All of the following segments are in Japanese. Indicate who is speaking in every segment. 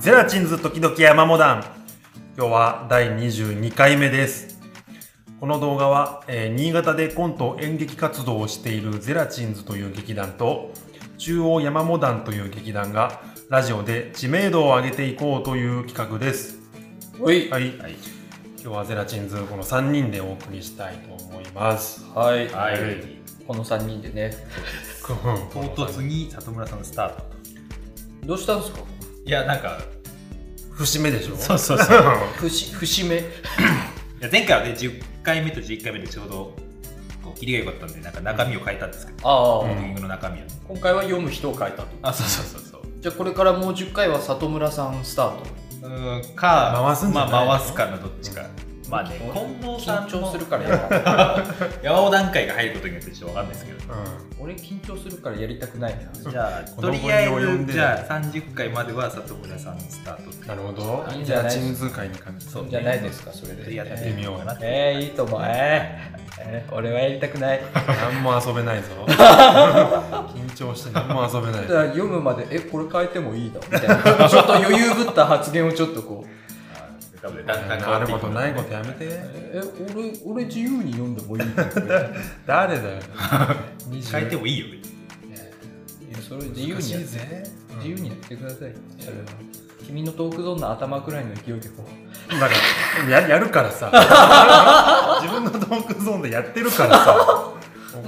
Speaker 1: ゼラチンズ時々山モダン。今日は第22回目です。この動画は、えー新潟でコント演劇活動をしているゼラチンズという劇団と、中央山モダンという劇団が、ラジオで知名度を上げていこうという企画です。
Speaker 2: はい。
Speaker 1: はい。今日はゼラチンズ、この3人でお送りしたいと思います。
Speaker 2: はい。
Speaker 3: はい。
Speaker 2: この3人でね。
Speaker 1: 唐
Speaker 3: 唐突に里村さんスタート。
Speaker 2: どうしたんですか
Speaker 3: いや、なんか、
Speaker 1: 節目でしょ
Speaker 3: そうそうそう。
Speaker 2: 節節目。
Speaker 3: いや前回はね、10回目と11回目でちょうど、こう、切りが良かったんで、なんか中身を変えたんですけど、
Speaker 2: ああ、
Speaker 3: オープニングの中身をね。
Speaker 2: 今回は読む人を変えたと。
Speaker 3: あ、そうそうそうそう。
Speaker 2: じゃあこれからもう10回は里村さんスタート。
Speaker 3: うーん、か、
Speaker 1: 回すんじゃないの
Speaker 3: まあ、回すかな、どっちか。まあね、近藤さん
Speaker 2: 緊
Speaker 3: の
Speaker 2: 張するからやらない
Speaker 3: 山尾段階が入ることによってちょっとわかんないですけど。
Speaker 1: う
Speaker 2: 俺緊張するからやりたくないな。
Speaker 3: じゃあ、
Speaker 1: 子供
Speaker 3: と
Speaker 1: に
Speaker 3: りあ
Speaker 1: 及
Speaker 3: え
Speaker 1: ん
Speaker 3: ず、
Speaker 1: で
Speaker 3: じゃあ30回までは里村さんのスタートって
Speaker 1: ん。なるほど
Speaker 2: いい。ん
Speaker 1: ゼ
Speaker 2: じゃ
Speaker 1: ラ
Speaker 2: ない
Speaker 1: チンズ会に感じ
Speaker 3: そう
Speaker 2: じゃないですか、それ
Speaker 3: でや
Speaker 2: で。
Speaker 3: ってみようかな。
Speaker 2: えー、いいと思う。えーえー俺はやりたくない。
Speaker 1: 何も遊べないぞ緊張して何も遊べない
Speaker 2: だから読むまで、え、これ変えてもいいのみたいな。ちょっと余裕ぶった発言をちょっとこう。
Speaker 3: あー多分ねだんだん変
Speaker 1: あ
Speaker 3: わ
Speaker 1: る
Speaker 3: ってい
Speaker 1: こ
Speaker 3: く
Speaker 1: とないことやめて
Speaker 2: え、俺、俺自由に読んでもいい のみたいな
Speaker 1: 誰だよ
Speaker 3: 変えてもいいよ、別に
Speaker 2: いやそれ自由
Speaker 1: 難
Speaker 2: にや
Speaker 1: し
Speaker 2: っ
Speaker 1: いぜ
Speaker 2: 自由にやってください、それは君のトークゾーンの頭くらいの勢いでこう
Speaker 1: だからややるからさ自分のトークゾーンでやってるからさこ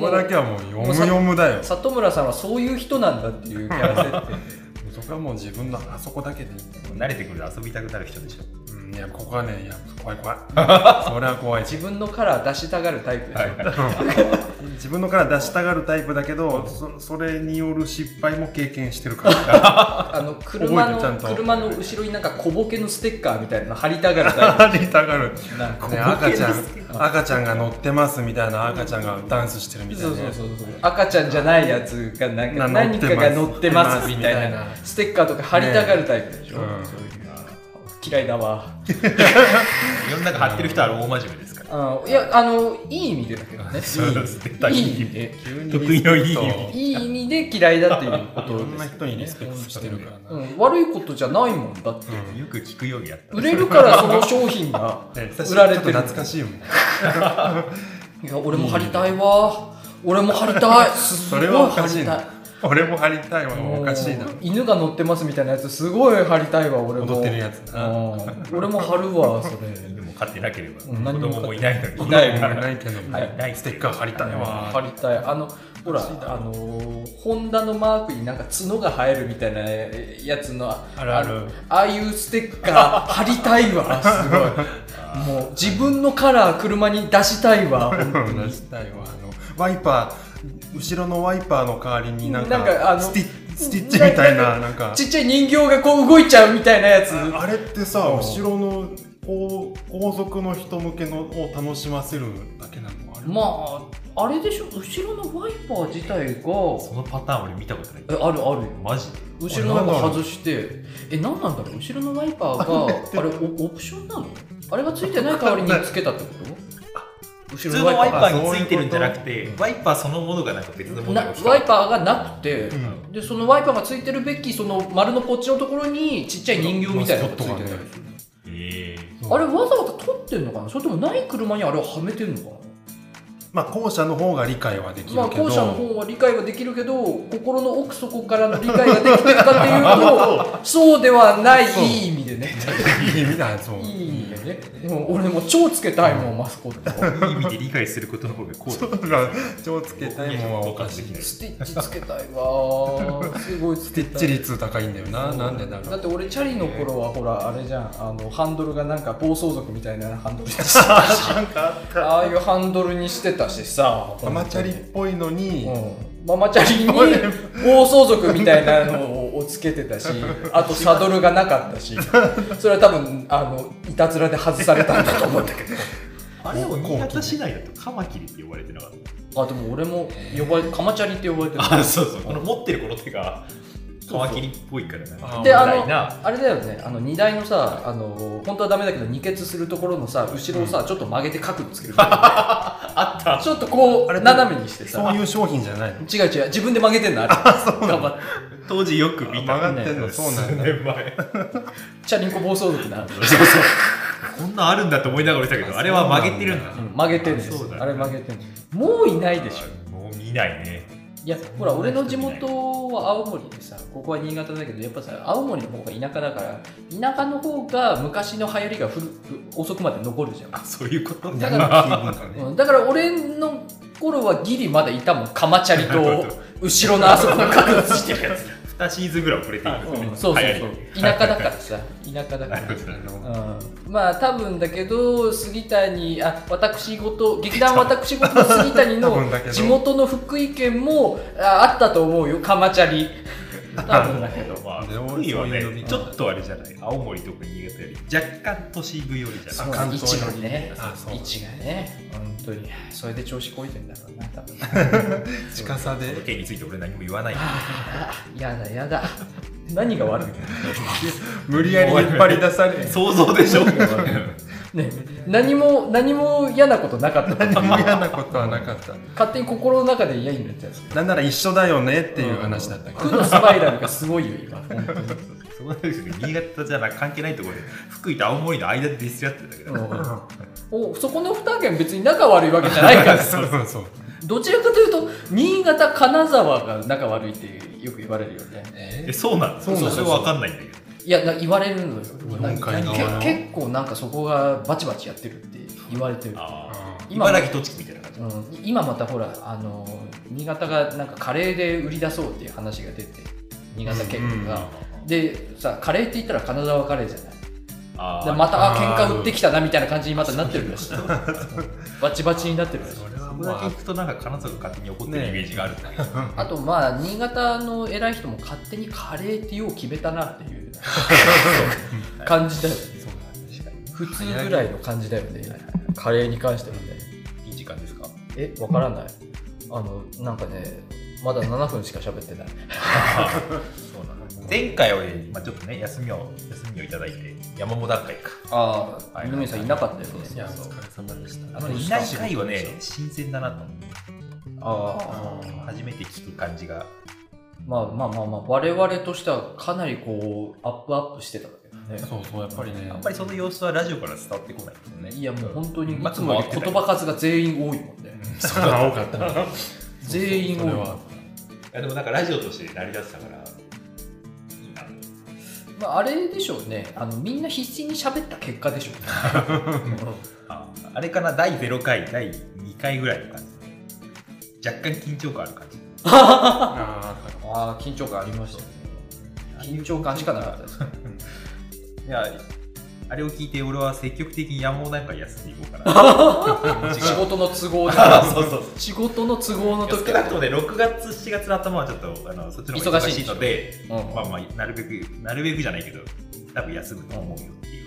Speaker 1: こだけはもう読む読むだよ
Speaker 2: 里村さんはそういう人なんだっていうキャラ 設
Speaker 1: そこはもう自分のあそこだけでいいんだよ、
Speaker 3: 慣れてくると遊びたくなる人でしょ。
Speaker 1: うん、いやここはねいや怖い怖いそれは怖い
Speaker 2: 定自分のカラー出したがるタイプでしょ、
Speaker 1: 自分のから出したがるタイプだけどそそれによる失敗も経験してる から
Speaker 2: あの車
Speaker 1: 覚えてちゃん
Speaker 2: の
Speaker 1: と
Speaker 2: 車の後ろになんか小ボケのステッカーみたいなの貼りたがるタイ
Speaker 1: ありたがる
Speaker 2: プなんか
Speaker 1: ね、赤ちゃん赤ちゃんが乗ってますみたいな赤ちゃんがダンスしてるみたい
Speaker 2: そ
Speaker 1: な
Speaker 2: う
Speaker 1: ね、
Speaker 2: そうそうそう赤ちゃんじゃないやつがなん
Speaker 1: な
Speaker 2: か
Speaker 1: 乗
Speaker 2: 何
Speaker 1: ってます
Speaker 2: かが乗ってますみたい
Speaker 1: 乗って
Speaker 2: な
Speaker 1: ますみたいな
Speaker 2: ステッカーとか貼りたがるタイプでしょ、
Speaker 1: うん
Speaker 2: そういう嫌いだわ
Speaker 3: 世の中張ってる人は大真面目で すから。
Speaker 2: あのいやあのいい意味でだけ どねいい意味で
Speaker 1: 急に
Speaker 3: 得意のいい意味
Speaker 1: い
Speaker 2: いい意味で嫌いだっていうこと
Speaker 1: ろん
Speaker 2: で
Speaker 1: な
Speaker 2: す、
Speaker 1: 人にリスペクトしてるからな、
Speaker 2: うん、悪いことじゃないもんだって
Speaker 1: うん
Speaker 3: よく聞くようにやった。
Speaker 2: 売れるからその商 品が
Speaker 1: ね
Speaker 2: 売られて
Speaker 1: ちょ
Speaker 2: る
Speaker 1: っと懐かしいもん
Speaker 2: いや俺も貼りたいわ俺も貼りたいす
Speaker 1: そ
Speaker 2: ごい
Speaker 1: れはお
Speaker 2: 貼
Speaker 1: か
Speaker 2: り
Speaker 1: しい
Speaker 2: た
Speaker 1: ない俺も貼りたいわおかしいな
Speaker 2: うん犬が乗ってますみたいなやつすごい貼りたいわ俺も
Speaker 1: 踊ってるやつな
Speaker 2: うん俺も貼るわそれ
Speaker 3: でも飼ってなければ、子
Speaker 2: うん何も
Speaker 3: 供もいないのに。
Speaker 2: いない
Speaker 1: もんないけども、
Speaker 3: はいない
Speaker 1: ステッカー貼りたい
Speaker 2: 貼
Speaker 1: わ、
Speaker 2: りたいあのほら
Speaker 1: 欲しいだろ
Speaker 2: あのーホンダのマークになんか角が生えるみたいなやつのあ
Speaker 1: あるある
Speaker 2: ああいうステッカー貼りた いわすごいもう自分のカラー車に出したいわ本当
Speaker 1: 出
Speaker 2: に
Speaker 1: したいわあのワイパー後ろのワイパーの代わりになんか
Speaker 2: なんかあの
Speaker 1: スティスティッチみたいななんか
Speaker 2: ちっちゃい人形がこう動いちゃうみたいなやつ
Speaker 1: あれってさ、
Speaker 2: うん
Speaker 1: 後ろの皇皇族の人向けのを楽しませるだけなのあれ、
Speaker 2: まああれでしょ後ろのワイパー自体
Speaker 3: そ
Speaker 2: が
Speaker 3: のパターン俺見たことない。
Speaker 2: えあるあるよ
Speaker 3: マジで
Speaker 2: 後ろのワイパー外してえ何なんだろう後ろのワイパーがあれおオプションなのあれがついてない代わりにつけたってこと
Speaker 3: 普
Speaker 2: 後
Speaker 3: 通
Speaker 2: ろ
Speaker 3: の
Speaker 2: の
Speaker 3: ワ
Speaker 2: ワ
Speaker 3: イ
Speaker 2: イパ
Speaker 3: パ
Speaker 2: ー
Speaker 3: ーについてるんじゃなくて、ワイパーそのものがなんか別のもの
Speaker 2: な
Speaker 3: が
Speaker 2: ワイパーがなくて、
Speaker 1: うん
Speaker 2: でそのワイパーがついてるべきその丸のポッチのところにちっちゃい人形みたいなのがついてたりする
Speaker 3: え
Speaker 2: あれわざわざ取ってんのかなそれともない車にあれをはめてんのか
Speaker 1: まあ後者の方が理解はできるけど、
Speaker 2: なまあ後者の方は理解はできるけど心の奥底からの理解ができてるかっていうとそうではない
Speaker 1: そう
Speaker 2: いい意味でね
Speaker 1: いい意味だそう
Speaker 2: いい意味でねもう俺もう超つけたいもんマスコット
Speaker 3: えいい意味で理解することの方がこうだ。
Speaker 1: だから超つけたいもんはおかしい
Speaker 3: い
Speaker 2: スティッチつけたいわーすごいつ
Speaker 1: ス
Speaker 2: け
Speaker 1: テ
Speaker 2: た
Speaker 1: ィッチ
Speaker 2: い
Speaker 1: 率高いんだよななんでだろ
Speaker 2: だっ
Speaker 1: う
Speaker 2: て俺チャリの頃はほらあれじゃんあのハンドルがなんか暴走族みたいなハンドルしてたし ああいうハンドルにしてたしさ
Speaker 1: ママチャリっぽいのに、
Speaker 2: うんママチャ リに暴走族みたいなのをつけてたしあとサドルがなかったしそれは多分あのいたずらで外されたんだと思うんだけ
Speaker 3: あれを新潟市内だとカマキリって呼ばれてなかっ
Speaker 2: どあでも俺も呼ばれカマチャリって呼ばれ てる
Speaker 3: た。あ、そうそう。この持ってるこの手がカマキリっぽいからな。
Speaker 2: であ
Speaker 3: 辛いな
Speaker 2: のあれだよねあの荷台のさあの本当はダメだけど二欠するところのさ後ろをさ、ちょっと曲げて角つけるあ
Speaker 3: あっ
Speaker 2: ちょっとこ
Speaker 1: あれ
Speaker 2: う斜めにしてさ
Speaker 1: そういう商品じゃないの
Speaker 2: 違う違う自分で曲げてんのあれ頑張って
Speaker 3: 当時よく見た
Speaker 1: あ曲がってんのそうなんだ
Speaker 3: 数年前
Speaker 2: チャリンコ暴走族な
Speaker 3: こんなんあるんだと思いながら見てたけどあれは曲げてるんだ
Speaker 1: そう
Speaker 2: うん曲げてんです
Speaker 3: そうだね
Speaker 2: あれ曲げてんですもういないでしょ
Speaker 3: もう見ないね
Speaker 2: いやほら俺の地元は青森でさここは新潟だけどやっぱさ青森の方が田舎だから田舎の方が昔の流行りが古く遅くまで残るじゃん
Speaker 3: あそういうこと
Speaker 2: だ
Speaker 1: だから
Speaker 2: か
Speaker 1: ら気分が
Speaker 2: う
Speaker 1: ね
Speaker 2: んだから俺の頃はギリまだいたもんカマチャリ と後ろのあそこの確立してるやつ、
Speaker 3: 2シーズンぐらい遅れていくんです
Speaker 2: う
Speaker 3: ね、
Speaker 2: ん、そうそうそう
Speaker 3: 流行り
Speaker 2: 田舎だからさ田舎だか
Speaker 3: な
Speaker 2: ら
Speaker 3: るほどなるほど
Speaker 2: うんまあ多分だけど杉谷あ私事劇団私事の杉谷
Speaker 1: 多
Speaker 2: の
Speaker 1: 分だけど
Speaker 2: 地元の福井県もああったと思うよカマチ ャリ多分だけど
Speaker 3: まあ、
Speaker 1: で
Speaker 3: 福井は
Speaker 1: そういう
Speaker 3: ね
Speaker 1: の、
Speaker 3: ちょっとあれじゃない、青森とか新潟より若干都市部よりじゃ
Speaker 1: あ
Speaker 3: ない。
Speaker 1: 関東
Speaker 2: 位置がね
Speaker 1: あそう
Speaker 2: 位置がね本当にそれで調子こいてんだろうな多 分
Speaker 1: 近さで
Speaker 3: 県について俺何も言わない。
Speaker 2: やだやだ何が悪い
Speaker 1: 無理やり引っ張り出されそ
Speaker 3: 想像でしょ。
Speaker 2: ね何も何も嫌なことなかった
Speaker 1: んな嫌なことはなかった
Speaker 2: 勝手に心の中で嫌になっちゃう
Speaker 1: なんなら一緒だよねっていう話だったけど
Speaker 2: 負のスパイラルがすごいよ今本当に
Speaker 3: そうなんですよね新潟じゃな関係ないところで、福井と青森の間でディスり合ってるだけだから。
Speaker 2: おそこの2県別に仲悪いわけじゃない から
Speaker 1: そうそうそう
Speaker 2: どちらかというと新潟金沢が仲悪いってよく言われるよね
Speaker 1: え
Speaker 3: え、そうなん
Speaker 1: そうなん
Speaker 3: そう
Speaker 1: です
Speaker 3: それは分かんないんだけど。
Speaker 2: いやな言われるのよ
Speaker 1: 日本海側
Speaker 2: なけ結構なんかそこがバチバチやってるって言われてる、
Speaker 3: ああ、
Speaker 2: 今
Speaker 3: 茨城栃木みたいな感じ。
Speaker 2: うん、今またほらあの新潟がなんかカレーで売り出そうっていう話が出て新潟県民が、でさカレーって言ったら金沢カレーじゃない
Speaker 3: あ
Speaker 2: で
Speaker 3: あ、
Speaker 2: またあ
Speaker 1: あー
Speaker 2: 喧嘩売ってきたなみたいな感じにまたなってるらしい バチバチになってるらしい
Speaker 1: それは
Speaker 3: こ
Speaker 1: も
Speaker 3: こ
Speaker 1: う
Speaker 3: だけ
Speaker 1: あ
Speaker 3: 行くとなんか金沢が勝手に怒ってるイメージがあるんだけど。
Speaker 2: あとまあ新潟の偉い人も勝手にカレーってよう決めたなっていう感じだよね
Speaker 3: 確かに
Speaker 2: 普通ぐらいの感じだよねカレーに関してはね
Speaker 3: いい時間ですか。
Speaker 2: えわからないあのなんかねまだ7分しか喋ってない
Speaker 3: そうなの前回は、まあ、ちょっとね休みを休みをいただいて山本段階か
Speaker 2: ああ
Speaker 3: はい
Speaker 2: 二宮さんいなかったよね
Speaker 1: いやお疲れ様でした
Speaker 3: あのいない回はね新鮮だなと思って
Speaker 2: ああ
Speaker 3: 初めて聞く感じが
Speaker 2: まあまあまあまあ我々としてはかなりこうアップアップしてたんだけどね
Speaker 1: そうそうやっぱりね
Speaker 3: やっぱりその様子はラジオから伝わってこないですね
Speaker 2: いやもう本当にい
Speaker 3: まあ
Speaker 2: つもより
Speaker 3: 言ってた
Speaker 2: 言葉数が全員多いもんね
Speaker 1: それは多かったな
Speaker 2: 全員
Speaker 1: そ
Speaker 2: 多
Speaker 1: れ
Speaker 2: い
Speaker 1: はい
Speaker 3: やでもなんかラジオとして成り立ってたから
Speaker 2: まあ、あれでしょうねあのみんな必死に喋った結果でしょうね
Speaker 3: ああれかな第0回第2回ぐらいの感じ若干緊張感ある感じ
Speaker 1: あー
Speaker 2: ああ緊張感ありましたね緊張感しかなかったです
Speaker 3: いやあれを聞いて俺は積極的に山本段階休んでいこうかな
Speaker 2: 仕事の都合で
Speaker 3: そうそう
Speaker 2: 仕事の都合の
Speaker 3: いや
Speaker 2: 時
Speaker 3: 少なくともね、6月、7月の頭はちょっとあのそっちの方が忙しいので、
Speaker 2: うん
Speaker 3: まあまあ、なるべく、なるべくじゃないけど、多分休むと思うよっていう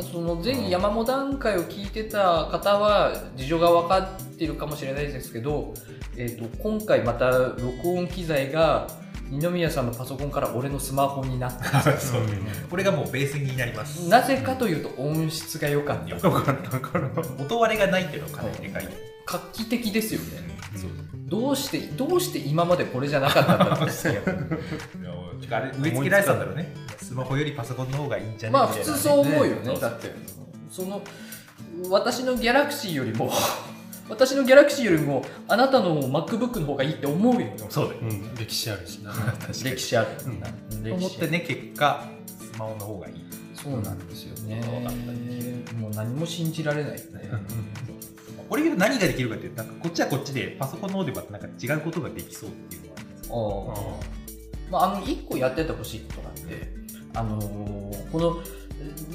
Speaker 2: あとその前山本段階を聞いてた方は事情が分かってるかもしれないですけど、えー、と今回また録音機材が二宮さんのパソコンから俺のスマホにな った
Speaker 1: そうね
Speaker 3: これがもうベースになります。
Speaker 2: なぜかというと音質が良かった
Speaker 3: よ
Speaker 1: よかったから
Speaker 3: 音割れがないっていうのはかなりでかい。
Speaker 2: 画期的ですよね
Speaker 3: そう
Speaker 2: どうしてどうして今までこれじゃなかったんだろうっていう
Speaker 3: いやあれ植え付けられてたんだろうね。スマホよりパソコンの方がいい んじゃね
Speaker 2: まあ
Speaker 3: みた
Speaker 2: 普
Speaker 3: いな
Speaker 2: 通そう思うよね
Speaker 3: ね
Speaker 2: だってその私のギャラクシーよりも 私のギャラクシーよりもあなたの MacBook の方がいいって思うよ
Speaker 3: そうだよ。
Speaker 1: うん歴史あるしな
Speaker 2: 歴史ある、
Speaker 1: う
Speaker 3: と思ってね、結果、スマホの方がいい。
Speaker 2: そうなんですよね
Speaker 3: そうなんだ
Speaker 2: もう何も信じられないよね
Speaker 3: これ言うと何ができるかっていうと、なんかこっちはこっちで、パソコンの方でまたなんか違うことができそうっていうのはあります。
Speaker 2: ああまあ、あの1個やっててほしいことなんで、あのーこの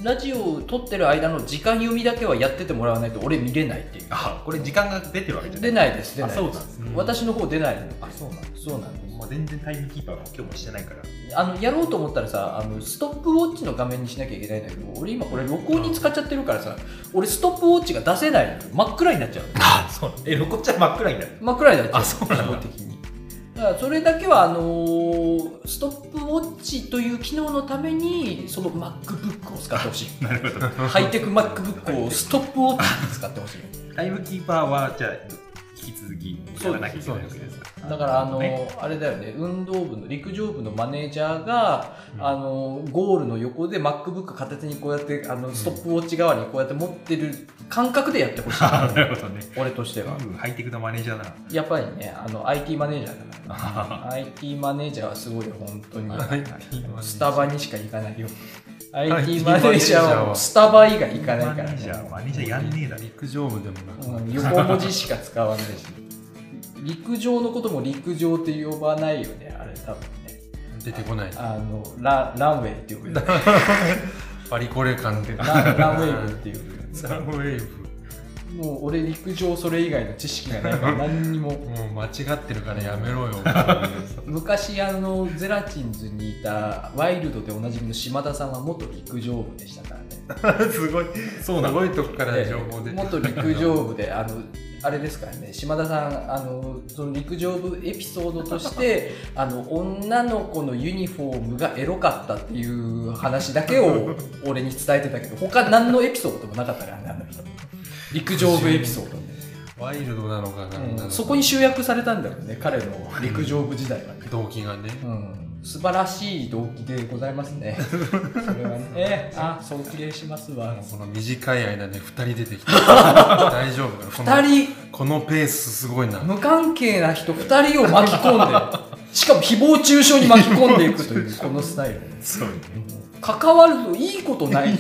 Speaker 2: ラジオを撮ってる間の時間読みだけはやっててもらわないと俺見れないっていう
Speaker 3: あ、これ時間が出てるわけじゃない
Speaker 2: 出ないです出ないです
Speaker 3: あそうなんですね
Speaker 2: 私の方出ないの
Speaker 3: あそうなんです
Speaker 2: そうなんです
Speaker 3: まあ、全然タイムキーパーは今日もしてないから
Speaker 2: あのやろうと思ったらさあのストップウォッチの画面にしなきゃいけないんだけど俺今これ録音に使っちゃってるからさ俺ストップウォッチが出せないのよ真っ暗になっちゃう
Speaker 3: あ そうなんえロコちゃん真っ暗になる
Speaker 2: 真っ暗になっちゃう
Speaker 3: あそうなんだ
Speaker 2: 基本的にだからそれだけはあのーストップウォッチという機能のためにその MacBook を使ってほしい
Speaker 3: なるほど
Speaker 2: ハイテク MacBook をストップウォッチに使ってほしい
Speaker 3: タイムキーパーはじゃあ引き続きやらなきゃいけないわけですから
Speaker 2: だからあの、
Speaker 3: ね
Speaker 2: あれだよね運動部の陸上部のマネージャーが、
Speaker 1: うん
Speaker 2: あのゴールの横で MacBook 片手にこうやってあのストップウォッチ代わりにこうやって持ってる感覚でやってほしい
Speaker 3: あなるほどね
Speaker 2: 俺としては
Speaker 3: うんハイテクのマネージャーだ
Speaker 2: やっぱりねあの IT マネージャーだか
Speaker 3: な
Speaker 2: ら IT マネージャーはすごいよ本当に
Speaker 1: はい
Speaker 2: スタバにしか行かないよ
Speaker 1: IT
Speaker 2: IT マネージャーはもうスタバ以外行かない
Speaker 3: マ
Speaker 2: か
Speaker 3: ネ
Speaker 2: ら
Speaker 3: ージャー
Speaker 2: ね
Speaker 3: マネージャーやんねえだろ
Speaker 1: 陸上部でもなく、
Speaker 2: うん横文字しか使わないし陸上のことも陸上って呼ばないよねあれ多分ね
Speaker 1: 出てこない
Speaker 2: あのラランウェイって呼ぶよね
Speaker 1: パリコレ感で
Speaker 2: ランランウェイブって呼ぶよね
Speaker 1: サンウェー
Speaker 2: もう俺陸上それ以外の知識がない から何にも
Speaker 1: ブもう間違ってるからやめろよ
Speaker 2: 昔あのゼラチンズにいたワイルドでおなじみの島田さんは元陸上部でしたから ね
Speaker 1: すごい
Speaker 3: そう
Speaker 1: す
Speaker 3: なの
Speaker 1: ごいとこからの情報で、
Speaker 2: ええ元陸上部であのあれですからね島田さんあのその陸上部エピソードとしてあの女の子のユニフォームがエロかったっていう話だけを俺に伝えてたけど他何のエピソードもなかったからねあの人陸上部エピソード、
Speaker 1: ワイルドなのかな,、
Speaker 2: うんそこに集約されたんだよね彼の陸上部時代はね、
Speaker 1: 動機がね
Speaker 2: うん、素晴らしい動機でございますねそれはねええあ尊敬しますわ
Speaker 1: もうこの短い間で2人出て きて大丈夫かなこの
Speaker 2: 二人
Speaker 1: このペースすごいな
Speaker 2: 無関係な人2人を巻き込んでしかも誹謗中傷に巻き込んでいくと いうこのスタイル
Speaker 3: そうね
Speaker 2: 関わるといいことないうん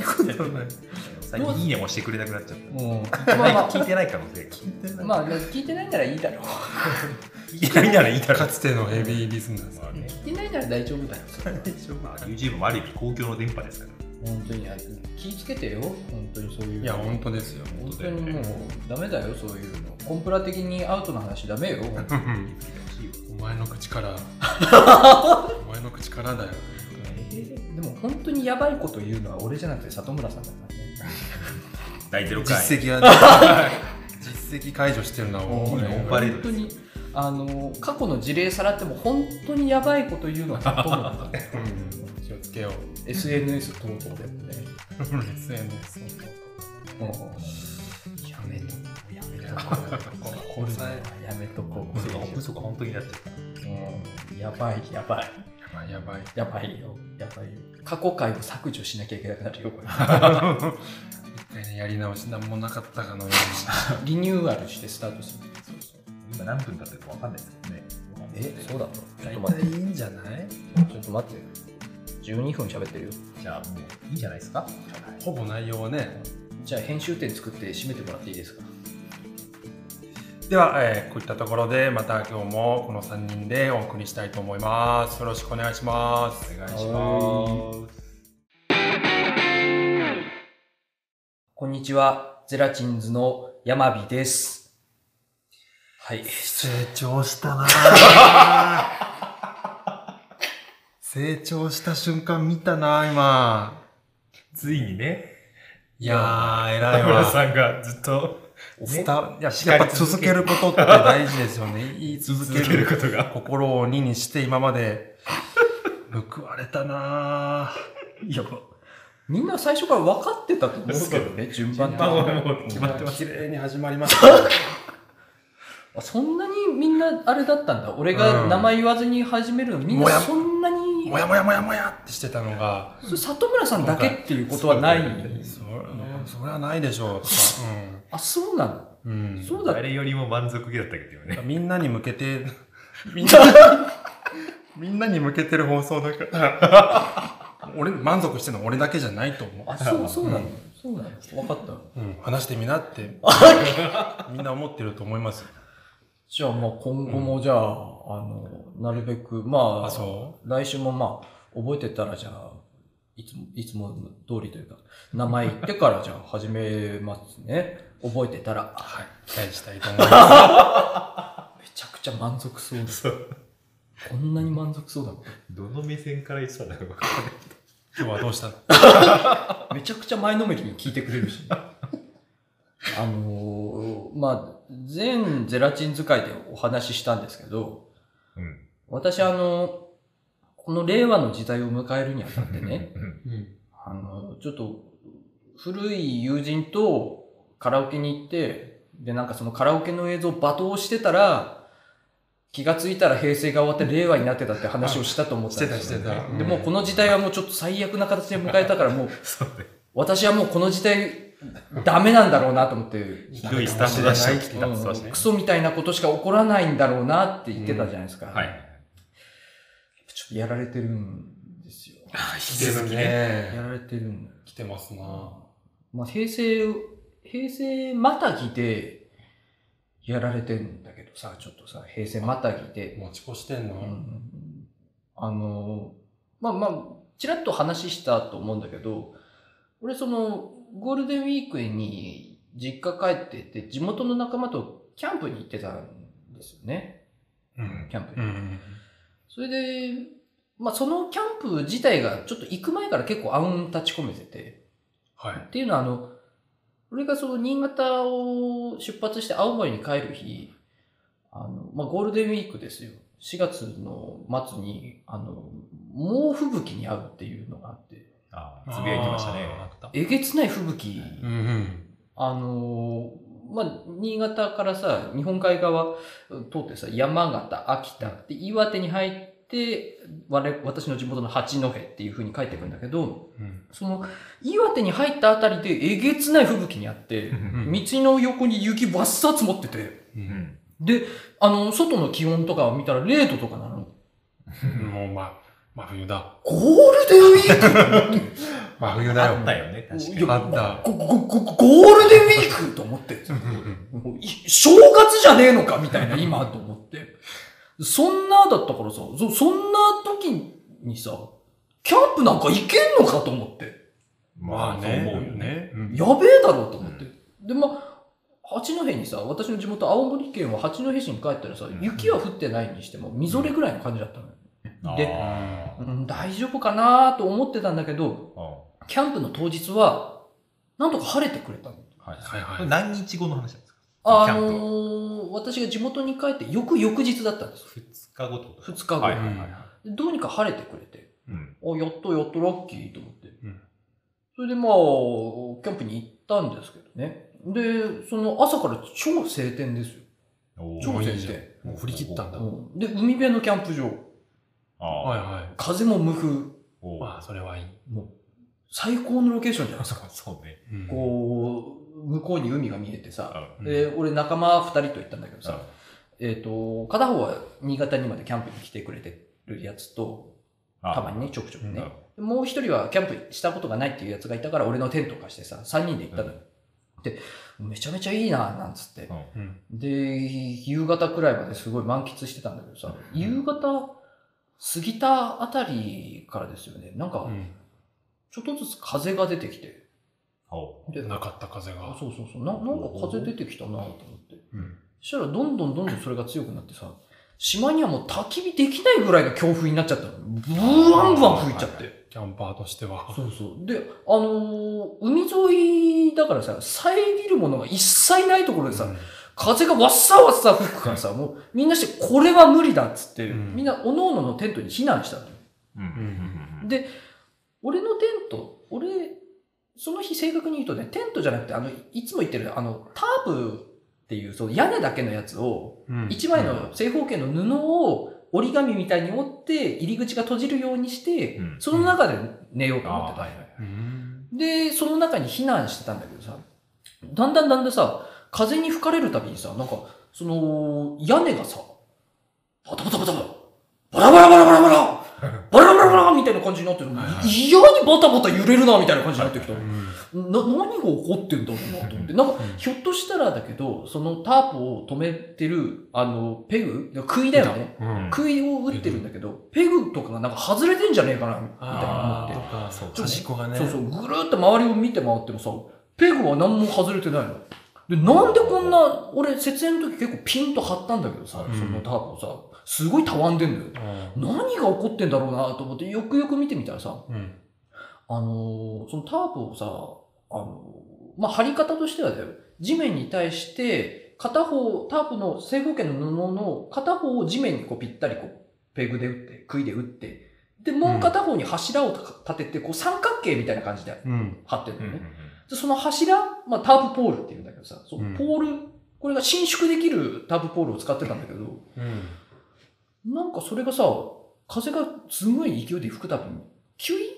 Speaker 3: 最近いいねもしてくれなくなっちゃっ
Speaker 2: ま
Speaker 3: た
Speaker 2: あま
Speaker 3: 聞いてない可能性が聞いて
Speaker 2: あまあ聞いてないならいいだろう
Speaker 3: 聞いてないならいいだ ろ
Speaker 1: かつてのヘビーリスナーさん、
Speaker 3: まあね
Speaker 2: 聞いてないなら大丈夫だよそれは
Speaker 3: まあ YouTube もある意味公共の電波ですから
Speaker 2: 本当にあ気ぃつけてよ本当にそういうの
Speaker 1: いや本当ですよ
Speaker 2: 本当にもうダメだよそういうのコンプラ的にアウトの話ダメ よ本当に
Speaker 3: 聞いてほしいよ
Speaker 1: お前の口 からお前の口からだよ
Speaker 2: でも本当にやばいこと言うのは俺じゃなくて里村さんだからね
Speaker 3: 第0回
Speaker 1: 実績は実績解除してるのは
Speaker 2: も
Speaker 1: 大き
Speaker 2: う
Speaker 1: い
Speaker 2: ね
Speaker 1: ね
Speaker 3: オンパレー
Speaker 2: 本
Speaker 3: ド
Speaker 2: 当にあの過去の事例さらっても本当にやばいこと言うのは里村さん
Speaker 1: うん気をつけよう
Speaker 2: SNS 等々でもね
Speaker 1: SNS
Speaker 2: やめとこうやめとこ
Speaker 1: こ
Speaker 2: う
Speaker 1: こ
Speaker 2: こ
Speaker 1: れ
Speaker 2: れ
Speaker 1: さ
Speaker 2: は
Speaker 1: え
Speaker 2: やめとこう
Speaker 3: 嘘が嘘が本当になっちゃった
Speaker 2: うんやばいやばい
Speaker 1: やばいやばい
Speaker 2: やばいよやばいよ過去回を削除しなきゃいけなくなるよこれ
Speaker 1: 一回ねやり直し何もなかったかのよ
Speaker 2: リニューアルしてスタートする
Speaker 3: 今何分経ってるか分かんないですもんね
Speaker 2: えそうだとちょ
Speaker 1: うに
Speaker 2: っと待 って
Speaker 1: いいんじゃない
Speaker 2: ちょっと待って12分喋ってるよ
Speaker 3: じゃあもういいんじゃないですか
Speaker 1: ほぼ内容はね
Speaker 2: じゃあ編集点作って締めてもらっていいですか
Speaker 1: では、えーこういったところでまた今日もこの3人でお送りしたいと思いますよろしくお願いします
Speaker 3: お願い
Speaker 2: し
Speaker 3: し
Speaker 2: ま
Speaker 3: ます
Speaker 2: こんにちは、ゼラチンズの山火です。はい。
Speaker 1: 成長した な成長した瞬間見たな今
Speaker 3: ついにね
Speaker 1: いやー偉
Speaker 3: 田
Speaker 1: い
Speaker 3: 村
Speaker 1: わ
Speaker 3: さんがずっと
Speaker 1: スタいや
Speaker 3: しっ
Speaker 1: や
Speaker 3: かり
Speaker 1: っぱ続けることって大事ですよね言い続
Speaker 3: 続
Speaker 1: け
Speaker 3: ける
Speaker 1: る
Speaker 3: こ とが
Speaker 1: 心を2にして今まで報われたなぁ
Speaker 3: いや
Speaker 2: みんな最初から分かってたと思 うけどね、順番的
Speaker 3: まあ
Speaker 2: に
Speaker 3: もう決まってます
Speaker 1: 綺麗に始まりま したね
Speaker 2: あそんなにみんなあれだったんだ。俺が名前言わずに始めるの、みん
Speaker 1: もや
Speaker 2: なそんなに
Speaker 1: も、やもやもやもやってしてたのが
Speaker 2: それ里村さんだけっていうことはない。
Speaker 1: そそれはないでし ょうとか、
Speaker 2: あ、そうなの、
Speaker 1: うんうん、
Speaker 2: そうだ。
Speaker 3: 誰よりも満足げだったけどね
Speaker 1: みんなに向けて みんなみんなに向けてる放送だから 俺満足してるの俺だけじゃないと思
Speaker 2: あ、そう、そうなの、そうなの分かった。
Speaker 1: う、うん、話してみなって みんな思ってると思います
Speaker 2: じゃあ、まあ今後もじゃあ、あの、なるべく、ま
Speaker 1: あ
Speaker 2: あ、
Speaker 1: そ
Speaker 2: 来週もまあ、覚えてたらじゃあ、いつも、いつも通りというか、名前言ってからじゃあ始めますね。覚えてたら
Speaker 1: う、、はい、期待したいと思いま
Speaker 2: めちゃくちゃ満足そうだ。
Speaker 3: そう
Speaker 2: こんなに満足そうだも
Speaker 3: どの目線から言ってたんだろう
Speaker 1: す 今日はどうしたの
Speaker 2: ん。めちゃくちゃ前のめりに聞いてくれるし。あのーまあ、全ゼラチン使いでお話ししたんですけど、
Speaker 3: うん
Speaker 2: 私あの、この令和の時代を迎えるにあたってね、
Speaker 1: うん
Speaker 2: あの、ちょっと、古い友人とカラオケに行って、で、なんかそのカラオケの映像を罵倒してたら、気がついたら平成が終わって令和になってたって話をしたと思ったんですよ、
Speaker 3: してたしてた
Speaker 2: で、もうこの時代はもうちょっと最悪な形で迎えたから、もう
Speaker 3: そうね。
Speaker 2: 私はもうこの時代、ダメなんだろうなと思って、
Speaker 3: ひどいスタートだし、
Speaker 1: うん
Speaker 3: きたスタートだしね
Speaker 2: ク。ソみたいなことしか起こらないんだろうなって言ってたじゃないですか。
Speaker 3: はい。
Speaker 2: ちょっとやられてるんですよ。
Speaker 1: 来
Speaker 3: 引
Speaker 1: て
Speaker 3: き
Speaker 1: る
Speaker 3: 続きね。
Speaker 2: や
Speaker 1: ね。
Speaker 2: られてるんだ
Speaker 1: 来てますな。
Speaker 2: まあ、平成、平成またぎで、やられてんだけどさ、ちょっとさ、平成またぎで、
Speaker 1: 持ち越してんの、
Speaker 2: うんあの、まあまあ、ちらっと話したと思うんだけど、俺その、ゴールデンウィークに実家帰ってて、地元の仲間とキャンプに行ってたんですよね。
Speaker 1: うん。
Speaker 2: キャンプに。
Speaker 1: うん。
Speaker 2: それで、まあそのキャンプ自体がちょっと行く前から結構暗雲立ち込めてて、
Speaker 1: はい
Speaker 2: っ。ていうのは、あの、俺がその新潟を出発して青森に帰る日、あの、まあ、ゴールデンウィークですよ。4月の末に、あの、猛吹雪に遭うっていうのがあって、
Speaker 3: ああ、つぶやいてましたね。
Speaker 1: あ
Speaker 2: えげつない吹雪、
Speaker 1: うんうん。
Speaker 2: あの、まあ、新潟からさ、日本海側うん通ってさ、山形、秋田で岩手に入って、我私の地元の八戸っていう風に帰っていくんだけど、
Speaker 1: うん。
Speaker 2: その、岩手に入ったあたりでえげつない吹雪にあって、
Speaker 1: うん
Speaker 2: 道の横に雪バッサ積もってて、
Speaker 1: う。
Speaker 3: うんん。
Speaker 2: で、あの、外の気温とかを見たら0度とかなのに、
Speaker 1: もう、ま、真冬だ。
Speaker 2: ゴールデンウィ ーク
Speaker 1: 真冬だよ。
Speaker 3: あったよね、確か
Speaker 2: いや
Speaker 3: に。
Speaker 1: あった。
Speaker 2: ごごごゴールデンウィークと思って、もうい正月じゃねえのかみた いな、今と思って。そんなだったからさ、そそんな時にさ、キャンプなんか行けんのかと思って。
Speaker 1: まあね。
Speaker 3: そう思うよね。
Speaker 1: うん
Speaker 2: やべえだろうと思って。で、まあ、八戸にさ、私の地元青森県は八戸市に帰ったらさ
Speaker 3: ん、
Speaker 2: 雪は降ってないにしても、みぞれぐらいの感じだったのよ。で
Speaker 3: あ
Speaker 2: うん、大丈夫かなと思ってたんだけど、
Speaker 3: あ。うん
Speaker 2: キャンプの当日は、なんとか晴れてくれたの。
Speaker 3: はい
Speaker 1: はいはい
Speaker 3: これ何日後の話なんですか
Speaker 2: あ
Speaker 3: キャ
Speaker 2: の
Speaker 3: ンプは
Speaker 2: ー、私が地元に帰って、翌々日だったんです。
Speaker 3: 二日後ってこと
Speaker 2: 二日後。
Speaker 3: はいはいはいはい。
Speaker 2: でどうにか晴れてくれて、
Speaker 3: うん。
Speaker 2: あ、やっとやっとラッキーと思って。
Speaker 1: うん
Speaker 2: それでまあ、キャンプに行ったんですけどね。で、その朝から超晴天ですよ。
Speaker 3: おー
Speaker 2: 超晴
Speaker 1: いいじゃん
Speaker 2: 天。
Speaker 1: もう振り切ったんだ。は
Speaker 2: うんで、海辺のキャンプ場。
Speaker 3: ああ。
Speaker 1: いはい。
Speaker 2: 風も無風。
Speaker 3: おー
Speaker 1: まあ、それはいい。
Speaker 2: もう、最高のロケーションじゃないですか。
Speaker 3: そうね。
Speaker 1: うん
Speaker 2: こう、向こうに海が見えてさ。
Speaker 1: う
Speaker 3: う
Speaker 1: ん
Speaker 2: で、俺仲間二人と行ったんだけど
Speaker 3: ん
Speaker 2: さ、えっ、と、片方は新潟にまでキャンプに来てくれてるやつと、
Speaker 3: あ
Speaker 2: たまにね、ちょくちょくね
Speaker 3: うん。
Speaker 2: でもう一人はキャンプしたことがないっていうやつがいたから、俺のテント貸してさ、三人で行ったのよ。で、めちゃめちゃいいな、なんつって。
Speaker 1: うん
Speaker 2: で、夕方くらいまですごい満喫してたんだけどさ、
Speaker 3: うん
Speaker 2: 夕方過ぎたあたりからですよね、なんか
Speaker 1: う、ん
Speaker 2: ちょっとずつ風が出てきて、
Speaker 3: お
Speaker 2: で、
Speaker 1: なかった風
Speaker 2: あ
Speaker 1: が。
Speaker 2: そうそうそう、ななんか風出てきたなと思って。
Speaker 1: うん
Speaker 2: そしたらどんどんどんどんそれが強くなってさ、島にはもう焚き火できないぐらいの強風になっちゃったの。ブワンブワン吹いちゃって。
Speaker 1: キャンパーとしては。
Speaker 2: そうそう。で、あのー海沿いだからさ、遮るものが一切ないところでさ、
Speaker 1: うん
Speaker 2: 風がわっさわっさ吹くからさ、もうみんなしてこれは無理だっつって、
Speaker 1: うん
Speaker 2: みんなおのおののテントに避難したの。
Speaker 3: うんうんうん
Speaker 2: で、俺のテント、俺、その日正確に言うとね、テントじゃなくて、あの、いつも言ってる、あの、タープっていう、その屋根だけのやつを、
Speaker 1: うん
Speaker 2: 一枚の正方形の布を折り紙みたいに折って入り口が閉じるようにして、
Speaker 3: うん
Speaker 2: その中で寝ようと
Speaker 3: あ
Speaker 2: 思っ
Speaker 3: あ
Speaker 2: てた、
Speaker 3: はいはい
Speaker 1: うん
Speaker 2: でその中に避難してたんだけどさだんだんだんだんさ風に吹かれるたびにさなんかその屋根がさバタバタバタバラバラバラバラバ ラバラバラバラみたいな感じになってる、
Speaker 1: はいはい
Speaker 2: 嫌にバタバタ揺れるなみたいな感じになってきた、
Speaker 1: うん
Speaker 2: な何が起こってんだろうなと思って。なんか、ひょっとしたらだけど、そのタープを止めてる、あの、ペグ杭だよね。
Speaker 1: うん
Speaker 2: 杭を打ってるんだけど、ペグとかがなんか外れてんじゃねえかな、みたい
Speaker 1: あー
Speaker 2: な思
Speaker 1: と
Speaker 2: っ
Speaker 1: か、
Speaker 3: そう
Speaker 1: そう端っこが
Speaker 2: て。
Speaker 1: ね。
Speaker 2: そうそう、ぐるーっと周りを見て回ってもさ、ペグは何も外れてないの。で、なんでこんな、俺、設営の時結構ピンと張ったんだけどさ、
Speaker 3: うん
Speaker 2: そのタープをさ、すごいたわんでんのよ。
Speaker 1: う
Speaker 2: 何が起こってんだろうなと思って、よくよく見てみたらさ、
Speaker 1: んうん
Speaker 2: あのーそのタープをさ、あのーまあ、張り方としてはだよ。地面に対して、片方、タープの正方形の布の片方を地面にこうぴったりこう、ペグで打って、杭で打って、で、もう片方に柱を立てて、こう三角形みたいな感じで
Speaker 1: うん
Speaker 2: 張ってる
Speaker 3: うん
Speaker 2: の
Speaker 3: うん
Speaker 2: ね。でその柱、まあ、タープポールって言うんだけどさ、そ
Speaker 1: うん
Speaker 2: のポールこれが伸縮できるタープポールを使ってたんだけど、
Speaker 1: うん。
Speaker 2: なんかそれがさ、風がすごい勢いで吹くたびに、キュイ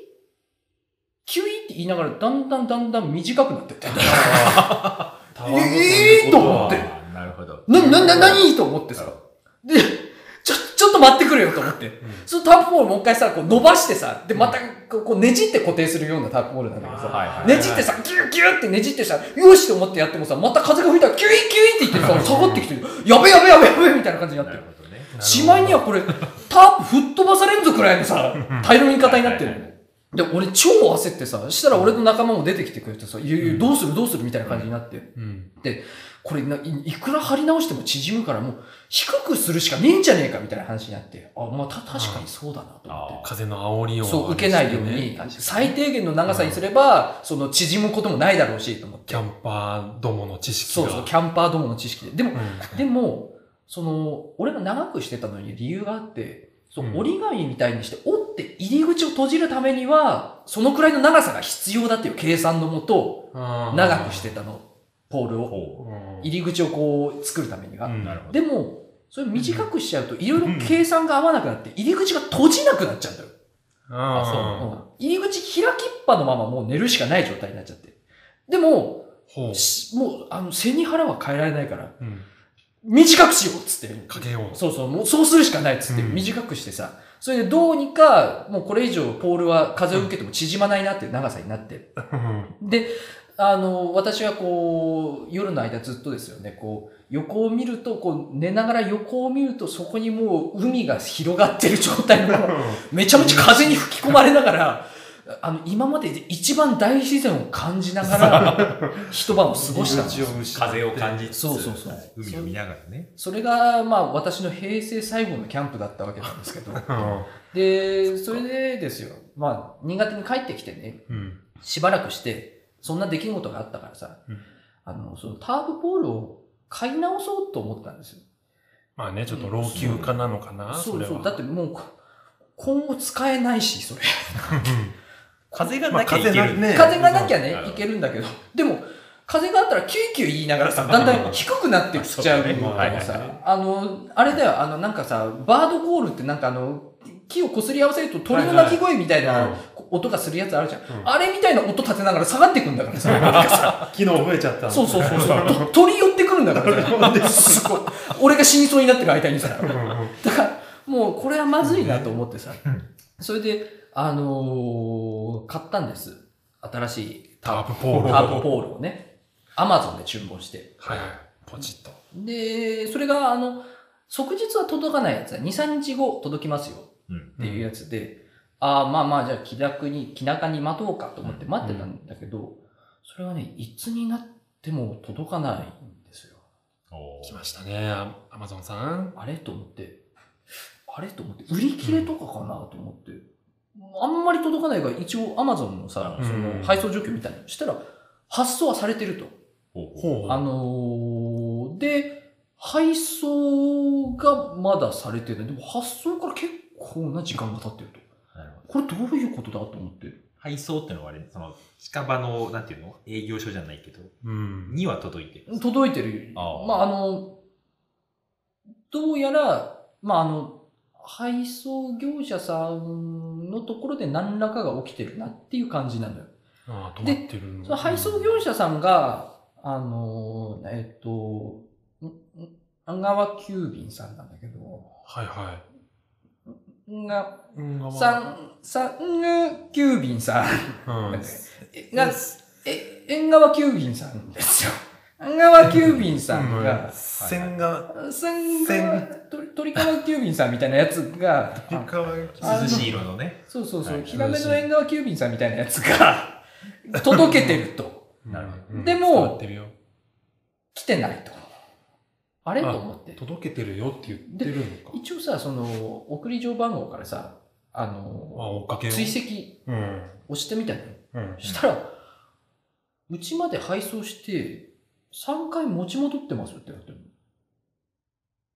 Speaker 2: キュイって言いながら、だんだんだんだん短くなってって。
Speaker 1: タワーの
Speaker 2: えーと思って
Speaker 3: あーなるほど。
Speaker 2: な、な、な、なにと思ってさ。で、ちょ、ちょっと待ってくれよと思って。そのタープポールもう一回さ、こう伸ばしてさ、で、またこうこうねじって固定するようなタープポールなんだけどさ。
Speaker 3: はいはいはい
Speaker 2: ねじってさ、ギューギューってねじってさ、よしと思ってやってもさ、また風が吹いたら、キュイキュイって言ってさ、下がってきて、やべやべやべやべみたいな感じになっ
Speaker 3: な
Speaker 2: て
Speaker 3: る
Speaker 2: る。
Speaker 3: ほどね。
Speaker 2: しまいにはこれ、タープ吹っ飛ばされんぞくらいのさ、大量の言い方になってるのね。で、俺超焦ってさ、したら俺の仲間も出てきてくれてさ、いやいやどうするどうするみたいな感じになって。
Speaker 1: うん。
Speaker 2: これない、いくら張り直しても縮むからもう低くするしかねえんじゃねえかみたいな話になって、あ、まあた確かにそうだなと思って。
Speaker 1: 風の煽りを。
Speaker 2: そう、受けないように、最低限の長さにすれば、その縮むこともないだろうし、と思って
Speaker 1: キ。ャンパーどもの知識
Speaker 2: そ
Speaker 1: が。
Speaker 2: うそう、キャンパーどもの知識で。でも、
Speaker 1: うん
Speaker 2: でも、その、俺が長くしてたのに理由があって、そう
Speaker 1: うん
Speaker 2: 折り紙みたいにして折って入り口を閉じるためには、そのくらいの長さが必要だっていう計算のもと、長くしてたの、ポールを。
Speaker 3: ほ
Speaker 1: うん。
Speaker 2: 入り口をこう作るためには。
Speaker 1: うん
Speaker 3: う。なるほど。
Speaker 2: でも、それ短くしちゃうと、いろいろ計算が合わなくなって、入り口が閉じなくなっちゃうんだよ。
Speaker 1: あ
Speaker 3: そううん
Speaker 2: 入り口開きっぱのままもう寝るしかない状態になっちゃって。でも、
Speaker 1: ほう。
Speaker 2: しもう、あの、背に腹は変えられないから、
Speaker 1: うん。
Speaker 2: 短くしようっつって。
Speaker 1: かけよう。
Speaker 2: そうそう、もうそうするしかないっつって、
Speaker 1: うん
Speaker 2: 短くしてさ、それでどうにか、もうこれ以上ポールは風を受けても縮まないなっていう長さになって。
Speaker 1: うん
Speaker 2: で、あの、私はこう、夜の間ずっとですよね、こう、横を見ると、こう、寝ながら横を見ると、そこにもう海が広がってる状態のまま、めちゃめちゃ風に吹き込まれながら、あの、今までで一番大自然を感じな がら、一晩を過ごしたんですよ。
Speaker 3: 風を感じつつ、
Speaker 2: そうそうそう
Speaker 3: 海を見ながらね。
Speaker 2: それが、まあ、私の平成最後のキャンプだったわけなんです け
Speaker 1: う
Speaker 2: ど。
Speaker 1: ん
Speaker 2: で、それでですよ、まあ、新潟に帰ってきてね、
Speaker 1: うん。
Speaker 2: しばらくして、そんな出来事があったからさ、
Speaker 1: うん
Speaker 2: あの、そのタープポールを買い直そうと思ったんですよ。
Speaker 1: まあね、ちょっと老朽化なのかな、
Speaker 2: そう
Speaker 1: れ
Speaker 2: そ
Speaker 1: は。
Speaker 2: う。だってもう、こ 今後使えないし、それ。
Speaker 3: 風が
Speaker 1: まあ
Speaker 3: なきゃいけ
Speaker 1: 風な
Speaker 3: る。
Speaker 1: ね
Speaker 2: 風がなきゃね
Speaker 3: なる、ほ
Speaker 2: い
Speaker 3: ど
Speaker 2: けるんだけど、でも、風があったらキューキュー言いながら さ、だんだん低くなってきちゃう
Speaker 3: そうだね
Speaker 2: のから
Speaker 3: はいはいは
Speaker 2: さ、あの、あれだよ、あの、なんかさ、バードコールってなんかあの、木を擦り合わせると鳥の鳴き声みたい
Speaker 1: はい
Speaker 2: な
Speaker 1: はい
Speaker 2: 音がするやつあるじゃん。
Speaker 1: うん
Speaker 2: あれみたいな音立てながら下がってくんだからさ、なんか さ
Speaker 1: 昨日覚えちゃった。
Speaker 2: そうそうそうそう、と鳥寄ってくるんだからさ、すごい。俺が死にそうになってる間にさ、
Speaker 1: うんうん
Speaker 2: だから、もうこれはまずいなと思ってさ、それで、あのー買ったんです。新しいタ
Speaker 1: タ
Speaker 2: ー
Speaker 1: ー
Speaker 2: プ
Speaker 1: プポールを。
Speaker 2: タープポールをね、アマゾンで注文して。
Speaker 1: はいはい。ポチッと。
Speaker 2: で、それが、あの、即日は届かないやつだ。2、3日後届きますよ
Speaker 3: うん
Speaker 2: っていうやつで、ああ、まあまあ、じゃあ気楽に、気長に待とうかと思って待ってたんだけど、それはね、いつになっても届かないんですよ。
Speaker 3: おー
Speaker 1: 来ましたね、アアマゾンさん。
Speaker 2: あれと思って、あれと思って、売り切れとかかなと思って、あんまり届かないから、一応 Amazon のさ、そ
Speaker 1: うん
Speaker 2: の配送状況みたいなのしたら、発送はされてると。
Speaker 3: ほうほう
Speaker 1: ほう。
Speaker 2: あのーで、配送がまだされてない。でも発送から結構な時間が経ってると。
Speaker 3: なるほど
Speaker 2: これどういうことだと思って。
Speaker 3: 配送ってのはあれ、その、近場の、なんていうの営業所じゃないけど、
Speaker 1: うん。
Speaker 3: には届いてる。
Speaker 2: 届いてる。
Speaker 3: ああ
Speaker 2: まあ、あの、どうやら、まあ、あの、配送業者さんのところで何らかが起きてるなっていう感じなのよ。
Speaker 1: ああ、止まってるの
Speaker 2: その配送業者さんが、あの、えっと、んん阿川急便さんなんだけど、
Speaker 1: はいは
Speaker 2: が、
Speaker 1: い。うん
Speaker 2: さん、さん、急便さ
Speaker 1: う
Speaker 2: ん。
Speaker 1: ん。
Speaker 2: えが、え、縁側急便さんですよ。縁側急便さん
Speaker 1: うん
Speaker 2: が、
Speaker 1: 線が、
Speaker 2: さんが、鳥鳥川急便さんみたいなやつが、
Speaker 1: ピカ
Speaker 2: あ
Speaker 3: 涼しい色のね。
Speaker 2: そうそうそ
Speaker 3: は
Speaker 2: う、
Speaker 3: い
Speaker 2: ヒラメの縁側急便さんみたいなやつが、届けてると。
Speaker 3: なるほど
Speaker 1: うん
Speaker 2: でも
Speaker 1: 伝わってるよ
Speaker 2: 来てないと。あれ
Speaker 1: あ
Speaker 2: と思って。
Speaker 1: 届けてるよって言ってるのか。
Speaker 2: 一応さ、その、送り状番号からさ、あ
Speaker 1: あ、
Speaker 2: の、
Speaker 1: 追っかけを。
Speaker 2: 追跡
Speaker 1: うん。
Speaker 2: 押してみたのよ。
Speaker 1: うん。
Speaker 2: したら、うちまで配送して、3回持ち戻ってますってなってる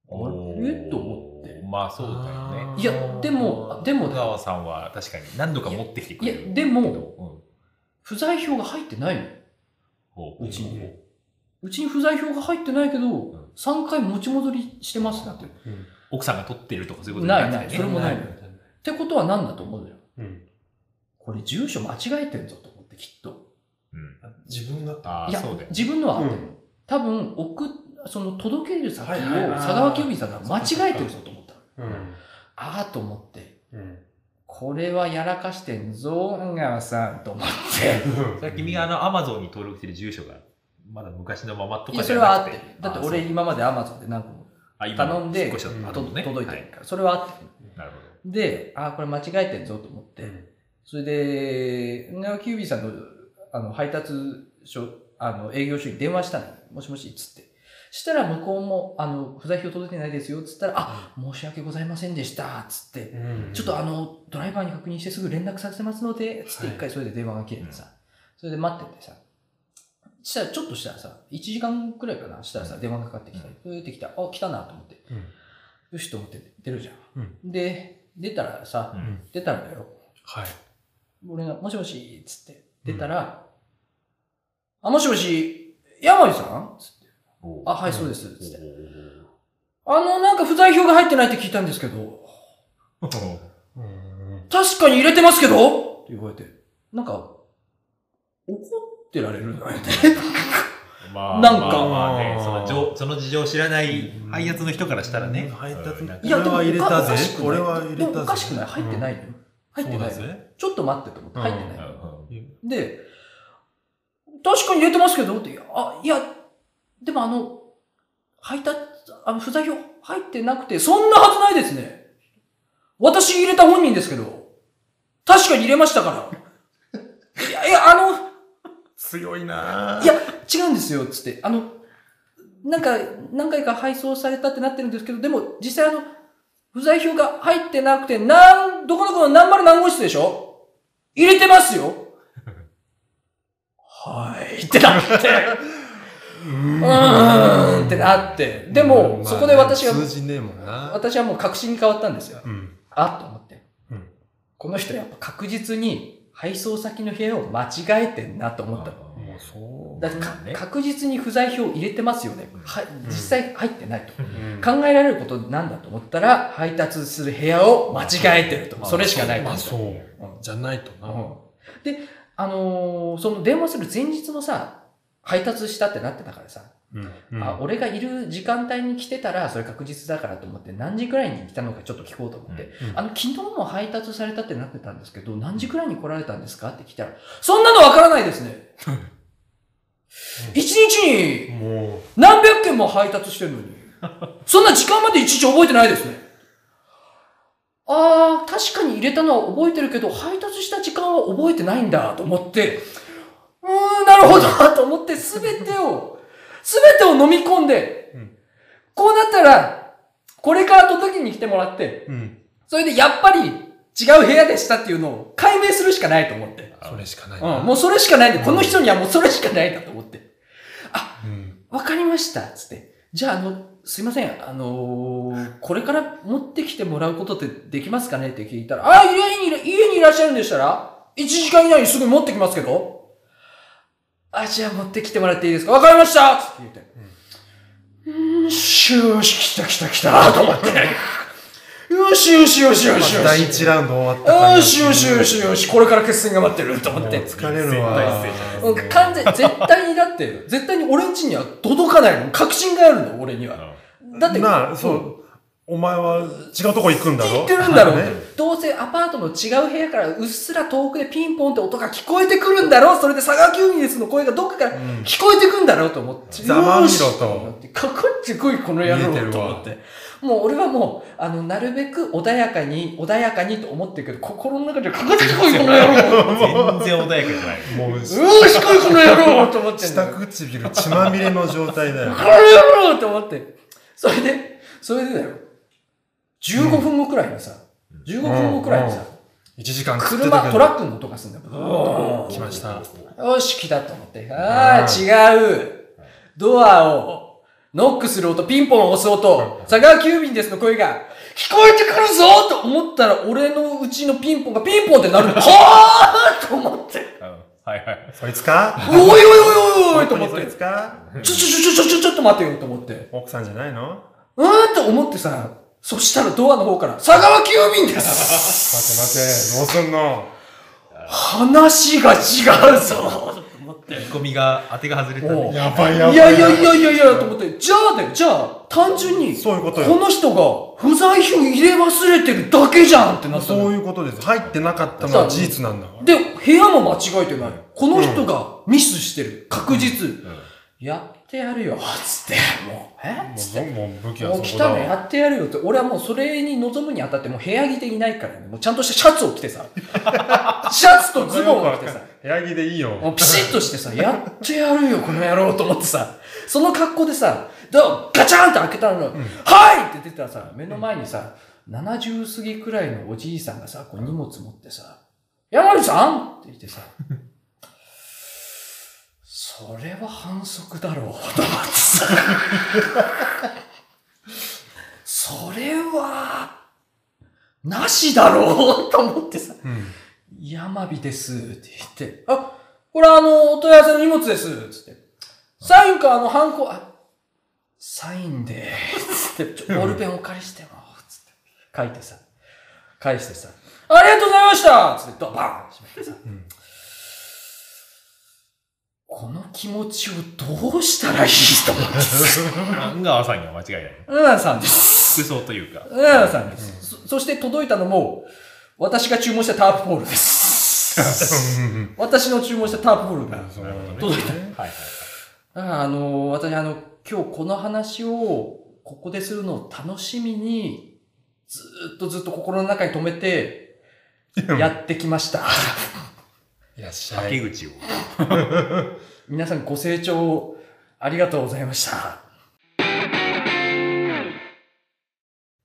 Speaker 2: の。あれと思って。
Speaker 3: まあそうだよね。
Speaker 2: いや、でも、あでも
Speaker 3: 小
Speaker 2: だ、
Speaker 3: 川さんは確かに何度か持ってきてく
Speaker 2: い
Speaker 3: れ
Speaker 2: や
Speaker 3: る。、
Speaker 2: で
Speaker 3: うん
Speaker 2: も、不在票が入ってないの。
Speaker 3: ほ
Speaker 2: うちに。うちに不在票が入ってないけど、
Speaker 3: ん
Speaker 2: 3回持ち戻りしてますってなってる。
Speaker 3: 奥さんが取ってるとかそういうこと
Speaker 2: ない
Speaker 3: じゃ
Speaker 2: ない、
Speaker 3: ね
Speaker 2: それもない。っ
Speaker 1: ね
Speaker 2: てことは何だと思うのよ。
Speaker 1: うん、
Speaker 2: これ住所間違えてんぞと思ってきっと。
Speaker 3: うん。
Speaker 1: 自分が
Speaker 3: あ
Speaker 2: いや
Speaker 3: あ、そうだよ、。
Speaker 2: 自分のは合ってる、
Speaker 1: うん
Speaker 2: 多分、送っ、その届ける先を
Speaker 1: はい
Speaker 2: 佐
Speaker 1: はいはいはい
Speaker 2: 川急便さんが間違えてるぞと思ったの。
Speaker 1: うん
Speaker 2: ああと思って、
Speaker 1: うん
Speaker 2: これはやらかしてんぞ、小川さんと思 って。
Speaker 3: それは君があの、アマゾンに登録してる住所が、まだ昔のままと
Speaker 2: いや、
Speaker 3: か
Speaker 2: そ
Speaker 3: じ
Speaker 2: れ
Speaker 3: ゃ
Speaker 2: はあ
Speaker 3: な
Speaker 2: っ
Speaker 3: く
Speaker 2: て
Speaker 3: て
Speaker 2: る。。だって俺今まで Amazon で何個も
Speaker 3: あ、そうあ今
Speaker 2: 頼んで
Speaker 3: 引っ越した後のね
Speaker 2: 届いて
Speaker 3: は
Speaker 2: るから、それはあってる。
Speaker 3: なるほ
Speaker 2: で、ああ、これ間違えてんぞと思って。それで、小川急便さんのあの配達所、あの営業所に電話したの。もしもし、つって。したら向こうも、あの、不在票届いてないですよ、つったら、あ、申し訳ございませんでした、つって。
Speaker 1: うん
Speaker 2: ちょっとあの、ドライバーに確認してすぐ連絡させますので、つって
Speaker 1: はい
Speaker 2: 一回それで電話が切れてさ、それで待っててさ、したらちょっとしたらさ、1時間くらいかな、したらさ、電話がかかってきた。うーってきた。あ、来たなと思って。
Speaker 1: うん
Speaker 2: よしと思って出るじゃん。で、出たらさ
Speaker 3: ど。う、ん。
Speaker 2: 出たんだよ。
Speaker 1: はい
Speaker 2: 俺が、もしもし、っつって、出たら、あ、もしもし、山井さんつって
Speaker 3: おう
Speaker 2: あ、はい、そうです、つって。
Speaker 3: お
Speaker 2: あの、なんか不在票が入ってないって聞いたんですけど、
Speaker 1: う
Speaker 3: う
Speaker 1: ん
Speaker 2: 確かに入れてますけどって言われて、なんか、怒ってられる な、って。
Speaker 3: まあ、
Speaker 2: なんか
Speaker 3: まあまあね、その情その事情を知らない配達の人からしたらね。
Speaker 1: 配達
Speaker 3: うんなんか
Speaker 1: いやでも俺は入れたぜ
Speaker 2: おかしくない
Speaker 1: 俺は入れたぜ
Speaker 2: でもおかしくない入ってないのよ。入って
Speaker 3: そう
Speaker 2: な
Speaker 3: です
Speaker 2: い。
Speaker 3: ね。
Speaker 2: ちょっと待ってと思って、入って
Speaker 3: うん
Speaker 2: な
Speaker 3: う
Speaker 2: い。
Speaker 3: ん
Speaker 2: で、確かに入れてますけどって、いやあ、いや、でもあの、配達、あの、不在票入ってなくて、そんなはずないですね。私入れた本人ですけど、確かに入れました から。いや、いや、あの、
Speaker 1: 強いない
Speaker 2: や、違うんですよ、つって。あの、なんか、何回か配送されたってなってるんですけど、でも、実際あの、不在票が入ってなくて、なん、どこどこの何丸何号室でしょ入れてますよ はい、ってなって、 うーんってなって。でも、そこで私が、
Speaker 1: 通じねえもんな
Speaker 2: 私はもう確信に変わったんですよ。
Speaker 1: うん
Speaker 2: あっと思って。
Speaker 1: うん
Speaker 2: この人やっぱ確実に配送先の部屋を間違えてんなと思ったの。
Speaker 1: もうそう
Speaker 2: だってか
Speaker 3: うんね
Speaker 2: 確実に不在票入れてますよね、は実際入ってないと、
Speaker 1: うん
Speaker 2: 考えられることなんだと思ったら配達する部屋を間違えてると、
Speaker 3: まあ
Speaker 2: それしかないと
Speaker 1: ま
Speaker 2: 思
Speaker 1: あ
Speaker 2: った
Speaker 1: そう
Speaker 2: うん
Speaker 1: じゃないとな
Speaker 2: うんであのーその電話する前日もさ配達したってなってたからさ、
Speaker 1: うんうん
Speaker 2: あ俺がいる時間帯に来てたらそれ確実だからと思って何時くらいに来たのかちょっと聞こうと思って、
Speaker 1: うんうん
Speaker 2: あの昨日も配達されたってなってたんですけど何時くらいに来られたんですかって聞いたらそんなのわからないですね 一日に
Speaker 1: も
Speaker 2: 何百件も配達してるのに。そんな時間までいちいち覚えてないですね。ああ、確かに入れたのは覚えてるけど、配達した時間は覚えてないんだと思って、うーん、なるほどと思って、すべてを、すべてを飲み込んで、
Speaker 1: うん
Speaker 2: こうなったら、これから届けに来てもらって、
Speaker 1: ううん
Speaker 2: それでやっぱり違う部屋でしたっていうのを解明するしかないと思って。
Speaker 1: それしかないな
Speaker 2: うん、もうそれしかないんで、この人にはもうそれしかないんだと思って。
Speaker 1: うん
Speaker 2: わかりましたつって。じゃあ、あの、すいません、あのーこれから持ってきてもらうことってできますかねって聞いたら、あ、家にいら、家にいらっしゃるんでしたら、1時間以内にすぐ持ってきますけど。あ、じゃあ持ってきてもらっていいですかわかりましたつって言って。うーん、しよし、来た来た来たと思って。よしよしよしよしよし。
Speaker 1: 第一ラウンド終わった感じ
Speaker 2: よしよしよしよし、これから決戦が待ってると思って
Speaker 1: もう。疲れるわ
Speaker 3: 絶対
Speaker 2: うん完全、絶対にだって、絶対に俺んちには届かないの。確信があるの、俺には。だって、
Speaker 1: なあそう、お前は違うとこ行くんだろ
Speaker 2: 言ってるんだろう、
Speaker 1: ね
Speaker 2: ね、どうせアパートの違う部屋からうっすら遠くでピンポンって音が聞こえてくるんだろうそれで佐川急便ですの声がどっかから
Speaker 1: ん
Speaker 2: 聞こえてくんだろうと思って。
Speaker 1: ざまあみろと
Speaker 2: よし思ってかかってこい、この野
Speaker 1: 見えて
Speaker 2: 郎
Speaker 1: る
Speaker 2: と
Speaker 1: わ
Speaker 2: 思って。もう俺はもう、あの、なるべく穏やかに、穏やかにと思ってるけど、心の中でかかってこい、こ の野郎
Speaker 3: 全然穏やかじゃない。
Speaker 1: もう
Speaker 2: うーしこい、この野郎と思ってんだ
Speaker 1: 下
Speaker 2: よ。
Speaker 1: 唇血まみれの状態 だよ
Speaker 2: これやろうと思って。それで、それでだよ。15分後くらいにさ、15分後くらいにさ、
Speaker 1: 1時間食ってた
Speaker 2: 車、
Speaker 1: け
Speaker 2: ト
Speaker 1: ど
Speaker 2: ラックの音がするんだよ。
Speaker 1: 来ました
Speaker 2: よし、来たと思って。あ
Speaker 1: あ
Speaker 2: あ、違う。ドアを、ノックする音、ピンポン押す音、佐川急便ですの声が、聞こえてくる ぞと思ったら、俺のうちのピンポンがピンポンってなる。はあと思って。
Speaker 3: うんはいはい。
Speaker 1: そいつか
Speaker 2: おいおいおいおいおいと思
Speaker 1: 本当
Speaker 2: っ
Speaker 1: にそい
Speaker 2: て
Speaker 1: つ、か
Speaker 2: ちょちょちょちょちょちょっと待てよと思って、
Speaker 1: 奥さんじゃないの
Speaker 2: うーんって思ってさ、そしたらドアの方から、佐川急便です
Speaker 1: 待て待て、どうすんの
Speaker 2: 話が違うぞ
Speaker 3: 切り込みが、当てが外れた
Speaker 2: おう
Speaker 3: ね。
Speaker 1: やばい
Speaker 2: い
Speaker 1: や
Speaker 2: や
Speaker 1: ばい。
Speaker 2: いやいやいやいやと思って、じゃあだよ、じゃあ、単純に、
Speaker 1: そういうことよ
Speaker 2: この人が不在票入れ忘れてるだけじゃんってなったの
Speaker 1: そういうことです。入ってなかったのは事実なんだから。
Speaker 2: で、部屋も間違えてない。この人がミスしてる。確実。やってやるよ、つって。もう、えつって。
Speaker 1: もう、もう武器は
Speaker 2: もう
Speaker 1: そ
Speaker 2: 来
Speaker 1: こ
Speaker 2: た
Speaker 1: だわ
Speaker 2: のやってやるよって。俺はもうそれに臨むにあたってもう部屋着でいないからね。もうちゃんとしたシャツを着 てさ。シャツとズボンを着てさ。
Speaker 1: 部屋着でいいよ。
Speaker 2: もうピシッとしてさ、やってやるよ、この野郎と思ってさ、その格好でさ、ドアガチャンって開けたの、はいって出たらさ、目の前にさ、70過ぎくらいのおじいさんがさ、こう荷物持ってさ、山口さんって言ってさ、それは反則だろう、と思ってさ、それは、なしだろう、と思ってさ、
Speaker 1: うん。
Speaker 2: 山火ですって言って、あ、これあの、お問い合わせの荷物ですつって。サインかあの、ハンコ、あ、サインで、つって、ちょ、ボールペンお借りしても、つって、書いてさ、返してさ、ありがとうございましたつって、ドバーン閉めてさ、
Speaker 1: ん
Speaker 2: この気持ちをどうしたらいいと思ってさ、
Speaker 3: うん。がわさんには間違いない。
Speaker 2: うんさんです。
Speaker 3: 服装というか。
Speaker 2: うんさんです。そそして届いたのも、私が注文したタープポールです。
Speaker 1: うんうん
Speaker 2: 私の注文したタープポールが。
Speaker 1: そういうことね
Speaker 2: 届いた
Speaker 3: はいはい。
Speaker 2: だからあの、私あの、今日この話をここでするのを楽しみに、ずーっとずっと心の中に留めて、やってきました。
Speaker 1: いらっしゃ
Speaker 3: 竹
Speaker 1: い。
Speaker 3: 口を。
Speaker 2: 皆さんご清聴ありがとうございました。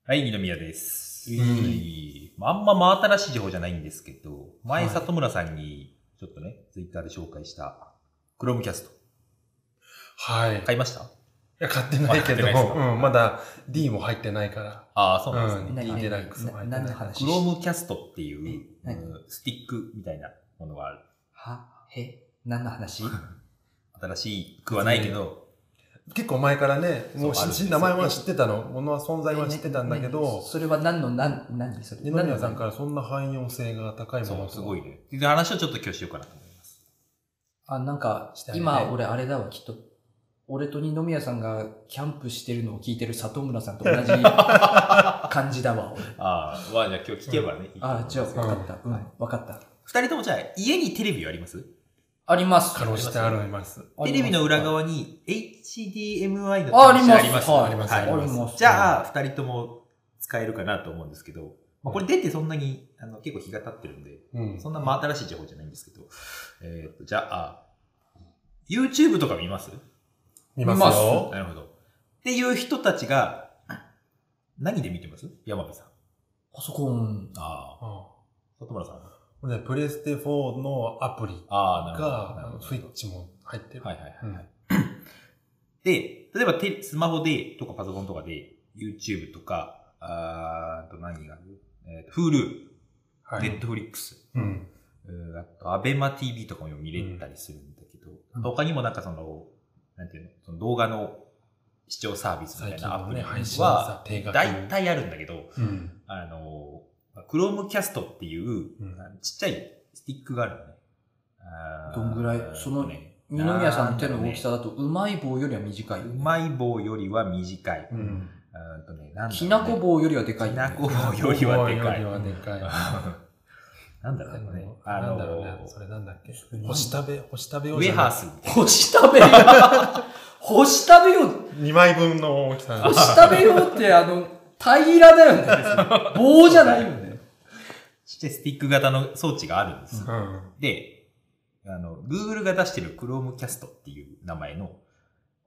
Speaker 3: はい、二宮です。
Speaker 1: ん
Speaker 3: はいまああんま真新しい情報じゃないんですけど、前、
Speaker 1: はい
Speaker 3: 里村さんに、ちょっとね、ツイッターで紹介した、クロームキャスト。
Speaker 1: はい。い
Speaker 3: 買いました
Speaker 1: や、買ってないけど、
Speaker 3: まだ買ってないですか
Speaker 1: うん、まだ D も入ってないから。
Speaker 3: ああ、そうなんですね。
Speaker 1: うんリテラックスも入ってない
Speaker 2: 何の
Speaker 3: ク
Speaker 2: 話
Speaker 3: ロームキャストっていう
Speaker 2: え、何
Speaker 3: うんスティックみたいなものがある。
Speaker 2: は、へ、何の話
Speaker 3: 新しくはないけど、
Speaker 1: 結構前からね、もう
Speaker 3: そうあるんです
Speaker 1: し
Speaker 3: よ
Speaker 1: 名前は知ってたの、ものは存在は知ってたんだけ
Speaker 2: ねね
Speaker 1: ど、
Speaker 2: それは何の、何、何それ。
Speaker 1: 二宮さん
Speaker 2: か。
Speaker 1: からそんな汎用性が高いも
Speaker 3: そ
Speaker 1: の
Speaker 3: う、
Speaker 1: と
Speaker 3: すごい。ね。で話をちょっと今日しようかなと思います。
Speaker 2: あ、なんか
Speaker 1: した、よね
Speaker 2: 今俺あれだわ、きっと。俺と二宮さんがキャンプしてるのを聞いてる里村さん と同じ感じだわ、俺。
Speaker 3: ああ、まあじゃあ今日聞けばね。いいと思い
Speaker 2: あ
Speaker 3: ます
Speaker 2: じゃあ、分
Speaker 1: わ
Speaker 2: かった。うん、分かった。
Speaker 3: 二人ともじゃあ、家にテレビはあります
Speaker 2: あります。
Speaker 1: かろうじてあります。
Speaker 3: テレビの裏側に HDMI の
Speaker 2: ああります
Speaker 3: 端子あります。
Speaker 2: は
Speaker 1: ありますあ
Speaker 2: いあ
Speaker 3: は
Speaker 1: り
Speaker 2: り
Speaker 1: ま
Speaker 2: ますす。
Speaker 3: じゃあ、二人とも使えるかなと思うんですけど、まあ、これ出てそんなに、あの、結構日が経ってるんで、
Speaker 1: うん。
Speaker 3: そんな真新しい情報じゃないんですけど、えーっと、じゃあ、YouTube とか見ます
Speaker 1: 見ますよ。
Speaker 3: なるほど。っていう人たちが、何で見てます山部さん。
Speaker 2: パソコン。
Speaker 3: ああ。
Speaker 1: うん
Speaker 3: 里村さん。
Speaker 1: これねプレステ4のアプリ
Speaker 3: ああ、なるほど。なる
Speaker 1: が
Speaker 3: ほ、ど
Speaker 1: スイッチも入ってる。
Speaker 3: はいはいはい。
Speaker 1: うん
Speaker 3: で、例えばテスマホで、とかパソコンとかで、YouTube とか、あーあと何がある、えーと、Hulu、
Speaker 1: はい。
Speaker 3: Netflix、
Speaker 1: うん。
Speaker 3: うーあと、アベマ TV とかも見れたりするんだけど、
Speaker 1: うん
Speaker 3: 他にもなんかその、なんていうの、その動画の視聴サービス
Speaker 1: 最
Speaker 3: みたい
Speaker 1: 近
Speaker 3: なア
Speaker 1: の
Speaker 3: プリ
Speaker 1: ね、配信
Speaker 3: は、
Speaker 1: さ、定額。
Speaker 3: 大体あるんだけど、
Speaker 1: うん。
Speaker 3: あの、Chromecast っていう、
Speaker 1: うん
Speaker 3: あのちっちゃいスティックがあるのね。あー
Speaker 2: どんぐらいその
Speaker 3: ね
Speaker 2: 二宮さんの手の大きさ
Speaker 3: なんだ
Speaker 2: だと、うまい棒よりは短い。
Speaker 3: ろうねうまい棒よりは短い。
Speaker 1: うん。
Speaker 3: うーんとね、なんだろうね
Speaker 2: きなこ棒よりはでかい。
Speaker 3: きなこ棒よりはでかい。
Speaker 1: よりはでかい。
Speaker 3: なんだろうねこれね。あ
Speaker 1: なんだろうね。そ
Speaker 3: の、
Speaker 1: れなんだっけ
Speaker 2: それなんだ
Speaker 1: 星食べ、星食べ
Speaker 3: ウ
Speaker 1: 用じ
Speaker 3: ェ
Speaker 1: ゃ
Speaker 3: ハ
Speaker 1: ない
Speaker 3: ースみたいな。
Speaker 2: 星食べよ。星食べよ。
Speaker 1: 二枚分の大きさ。
Speaker 2: 星食べよって、あの、平らだよね。棒じゃないよね。
Speaker 3: ちっちゃいスティック型の装置があるんです
Speaker 1: う
Speaker 3: よ。
Speaker 1: ん。
Speaker 3: で、あの、Google が出してる Chromecast っていう名前の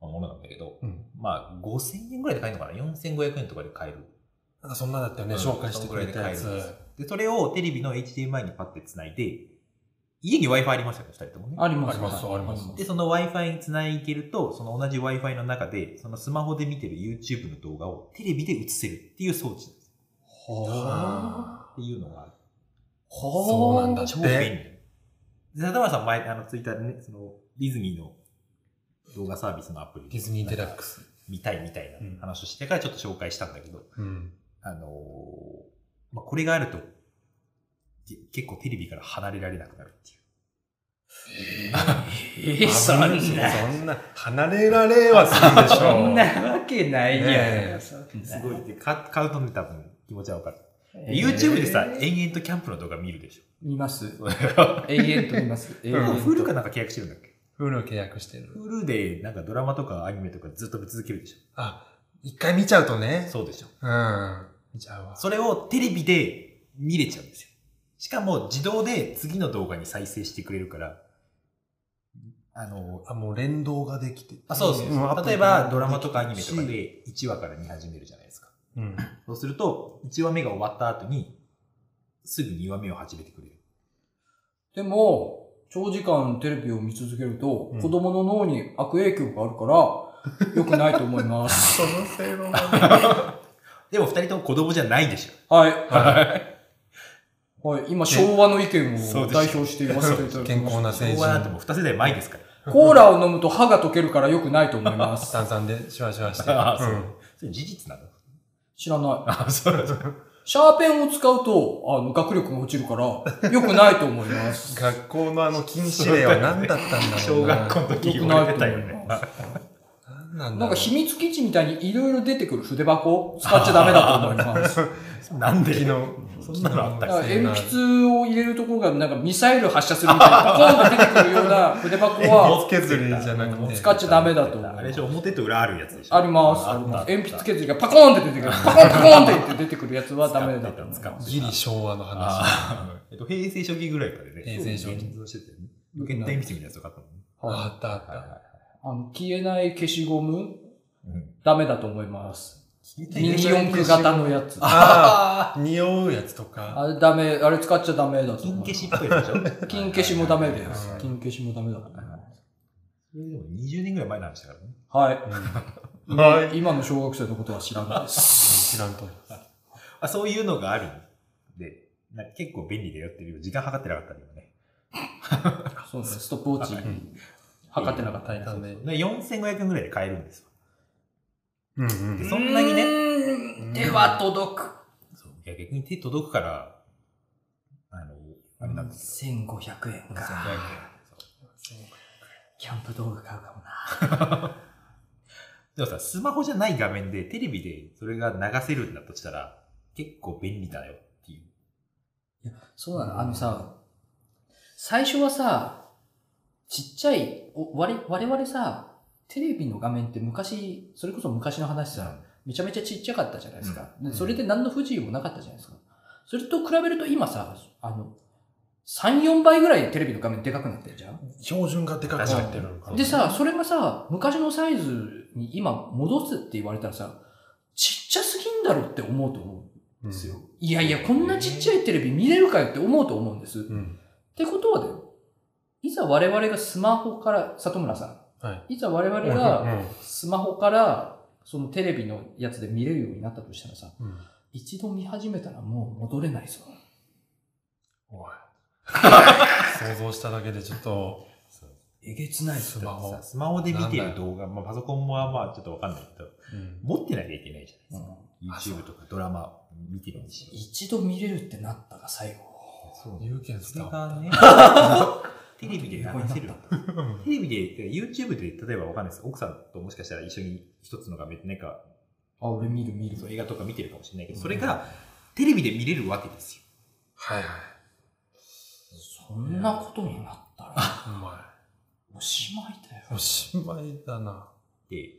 Speaker 3: ものなんだけど、
Speaker 1: うん。
Speaker 3: まあ、5000円ぐらいで買えるのかな ?4500 円とかで買える。
Speaker 1: なんかそんなだったよね、
Speaker 3: うん
Speaker 1: 紹介してくれたや
Speaker 3: そんぐらいで買
Speaker 1: つ
Speaker 3: える。で、それをテレビの HDMI にパッて繋いで、家に Wi-Fi ありますよね、二人ともね。
Speaker 2: あります。
Speaker 1: あります
Speaker 2: はい
Speaker 1: あります
Speaker 3: で、その Wi-Fi に繋いでると、その同じ Wi-Fi の中で、そのスマホで見てる YouTube の動画をテレビで映せるっていう装置なんですよ
Speaker 2: はあ。
Speaker 3: っていうのがある。
Speaker 1: そうなんだ
Speaker 2: は
Speaker 1: っ
Speaker 3: 超便利。で里村さん前、あの、ツイッターでね、その、ディズニーの動画サービスのアプリ
Speaker 1: ディズニーデラックス。
Speaker 3: 見たいみたい
Speaker 1: うん
Speaker 3: な話をしてからちょっと紹介したんだけど、
Speaker 1: うん。
Speaker 3: あのーまあ、これがあると、け結構テレビから離れられなくなるってい
Speaker 2: え
Speaker 3: う。
Speaker 1: そんな、そんな、離れられはするでしょ。
Speaker 2: そんなわけないやん。
Speaker 1: ねえ
Speaker 2: そんな
Speaker 3: すごい。で、か買うとね、多分気持ちはわかる。
Speaker 2: えー
Speaker 3: YouTube でさ、延々とキャンプの動画見るでし
Speaker 2: 見ます。
Speaker 3: ょ。
Speaker 2: 永遠と見ます。永
Speaker 1: うん
Speaker 3: もう
Speaker 2: 遠
Speaker 3: フル
Speaker 2: と
Speaker 3: か。なんか契約してるんだっけ
Speaker 1: フル契約してる。
Speaker 3: フルでなんかドラマとかアニメとかずっと見続けるでし
Speaker 1: あ、一回見ちゃうと
Speaker 3: ょ。
Speaker 1: ね。
Speaker 3: そうでしょ。
Speaker 1: うん。見ちゃうわ。
Speaker 3: それをテレビで見れちゃうんですよ。しかも自動で次の動画に再生してくれるから、あの、
Speaker 1: あ、もう連動ができて。
Speaker 3: あ、そうそう
Speaker 1: うんアプリ
Speaker 3: 例えばドラマとかアニメとかで1話から見始めるじゃないですか。
Speaker 1: うん。
Speaker 3: そうすると、1話目が終わった後に、すぐ2話目を始めてくれる。
Speaker 2: でも、長時間テレビを見続けると、
Speaker 1: うん
Speaker 2: 子供の脳に悪影響があるから、良くないと思います。
Speaker 1: その性 能が、
Speaker 3: でも2人とも子供じゃないでし
Speaker 2: はい。
Speaker 1: は
Speaker 2: はい、今、昭和の意見
Speaker 3: そう
Speaker 2: を
Speaker 3: ですよ
Speaker 2: 代表して言わせていただきま
Speaker 1: い、
Speaker 2: す。
Speaker 1: 健康な
Speaker 3: ょ。
Speaker 1: 成
Speaker 3: 昭和なんても
Speaker 1: 人。
Speaker 3: う2世代前ですから。
Speaker 2: コーラを飲むと歯が溶けるから良くないと思います。
Speaker 1: 炭酸でシュワシュワして。
Speaker 3: あそう
Speaker 1: うん
Speaker 3: それ事実なの
Speaker 2: 知らない。
Speaker 3: あ、そうなんですか。
Speaker 2: シャーペンを使うと、あの、学力が落ちるから、良くないと思います。
Speaker 1: 学校のあの禁止令は何だったんだろうな。
Speaker 3: 小学校の時言われてたよ
Speaker 2: 良くない
Speaker 3: ね
Speaker 2: と思い。ます
Speaker 1: 何なんだ
Speaker 2: なん
Speaker 1: ろ
Speaker 2: か
Speaker 1: う。
Speaker 2: 秘密基地みたいにいろいろ出てくる筆箱使っちゃダメだと思います。だ
Speaker 3: なんで
Speaker 1: 昨日、
Speaker 3: そんなのあったっ
Speaker 2: から
Speaker 1: 昨日
Speaker 2: 鉛筆を入れるところがなんかミサイル発射するみたいな、ポンって出てくるような筆箱は
Speaker 1: 鉛筆削りじゃなくて。
Speaker 2: 使っちゃダメだと思い
Speaker 3: あれ
Speaker 2: ま
Speaker 3: でし
Speaker 2: す。
Speaker 3: ょ、表と裏あるやつでしょ。
Speaker 2: あります。
Speaker 3: あ
Speaker 2: あ
Speaker 3: っ
Speaker 2: り
Speaker 3: た
Speaker 2: ま
Speaker 3: あっ
Speaker 2: す。
Speaker 3: た
Speaker 2: 鉛筆削りがパコーンって出てくる。パコンパコーンって言って出てくるやつはダメだと思い
Speaker 3: 使っ
Speaker 2: ま
Speaker 3: て
Speaker 2: す。
Speaker 1: ギリ昭和の話。
Speaker 3: あーえっと、平成初期ぐらいからね。
Speaker 1: 平成初期
Speaker 3: 現像してたよね。現代見てみたやつよかったもんね。
Speaker 2: はい
Speaker 1: あったあ
Speaker 3: はいはい
Speaker 1: っ
Speaker 3: は
Speaker 2: あの消えない消しゴム
Speaker 3: いうん
Speaker 2: ダメだと思います。ミ
Speaker 1: い
Speaker 2: ニ四駆型のやつ。
Speaker 1: あ
Speaker 2: あ
Speaker 1: た。匂うやつとか。
Speaker 2: れダメ、あれ使っちゃダメだと
Speaker 3: 金
Speaker 2: 思い
Speaker 3: 消
Speaker 2: ます
Speaker 3: しっ。ぽいでしょ
Speaker 2: 金消しもダメです
Speaker 1: はい。
Speaker 2: 金消しもダメだと思います。
Speaker 3: それでも20年ぐらい前の話だからね。
Speaker 2: はい。
Speaker 1: うんはい。
Speaker 2: 今の小学生のことは知らないです。
Speaker 1: 知らんと。
Speaker 3: あ、そういうのがあるんで、な結構便利だよっていう、時間計ってなかったんだよね。
Speaker 2: そうですね、ストップウォッチ
Speaker 1: ん
Speaker 2: 測ってなかったね。
Speaker 1: なので
Speaker 3: で4500円ぐらいで買えるんですよ。
Speaker 1: うんうん。
Speaker 3: そんなにね
Speaker 2: ね手は届く。
Speaker 3: そういや逆に手届くから、あの、あれなんです
Speaker 2: 1500円
Speaker 3: よ。
Speaker 2: か。キャンプ道具買うかもな。
Speaker 3: でもさ、スマホじゃない画面で、テレビでそれが流せるんだとしたら、結構便利だよっていう。
Speaker 2: そうなの、あのさ、最初はさ、ちっちゃい、お我々我々さ、テレビの画面って昔、それこそ昔の話さ、めちゃめちゃちっちゃかったじゃないですか。
Speaker 1: うん
Speaker 2: でそれで何の不自由もなかったじゃないですか。それと比べると今さ、あの、3、4倍ぐらいテレビの画面でかくなってるじゃん
Speaker 1: 標準がでかくなってるのかな
Speaker 2: でさ、それがさ、昔のサイズに今戻すって言われたらさ、ちっちゃすぎんだろって思うと思うんですよ。。いやいや、こんなちっちゃいテレビ見れるかよって思うと思うんです。
Speaker 1: う
Speaker 2: っ
Speaker 1: ん。
Speaker 2: てことはだよ。いざ我々がスマホから、里村さ
Speaker 1: はい。
Speaker 2: ん。いざ我々
Speaker 1: うん
Speaker 2: がスマホから、そのテレビのやつで見れるようになったとしたらさ、
Speaker 1: うんうん
Speaker 2: 一度見始めたらもう戻れないぞ。
Speaker 1: おい想像しただけでちょっと、
Speaker 3: そう
Speaker 2: えげつないぞ
Speaker 1: スマホ
Speaker 3: さスマホで見てる動画、まあ、パソコンもまあちょっとわかんないけど、
Speaker 1: うん
Speaker 3: 持ってなきゃいけないじゃ
Speaker 2: う
Speaker 3: ない
Speaker 2: ん
Speaker 3: ですか。YouTube とかドラマ見てるんですよ。
Speaker 2: 一度見れるってなったが最後。
Speaker 3: そう
Speaker 1: 有権スタ
Speaker 3: それ
Speaker 1: ー。
Speaker 3: が ね、テレビで流せ る。テレビで、YouTube で、例えばわかんないです。奥さんともしかしたら一緒に一つの画面でなんか、
Speaker 2: あ、俺見る見る
Speaker 3: そ。の映画とか見てるかもしれないけど、それがテレビで見れるわけですよ。
Speaker 1: はいはい。
Speaker 2: そんなことになったら、
Speaker 1: うま
Speaker 2: おしまいだよ。
Speaker 1: い。おしまいだな。
Speaker 3: で、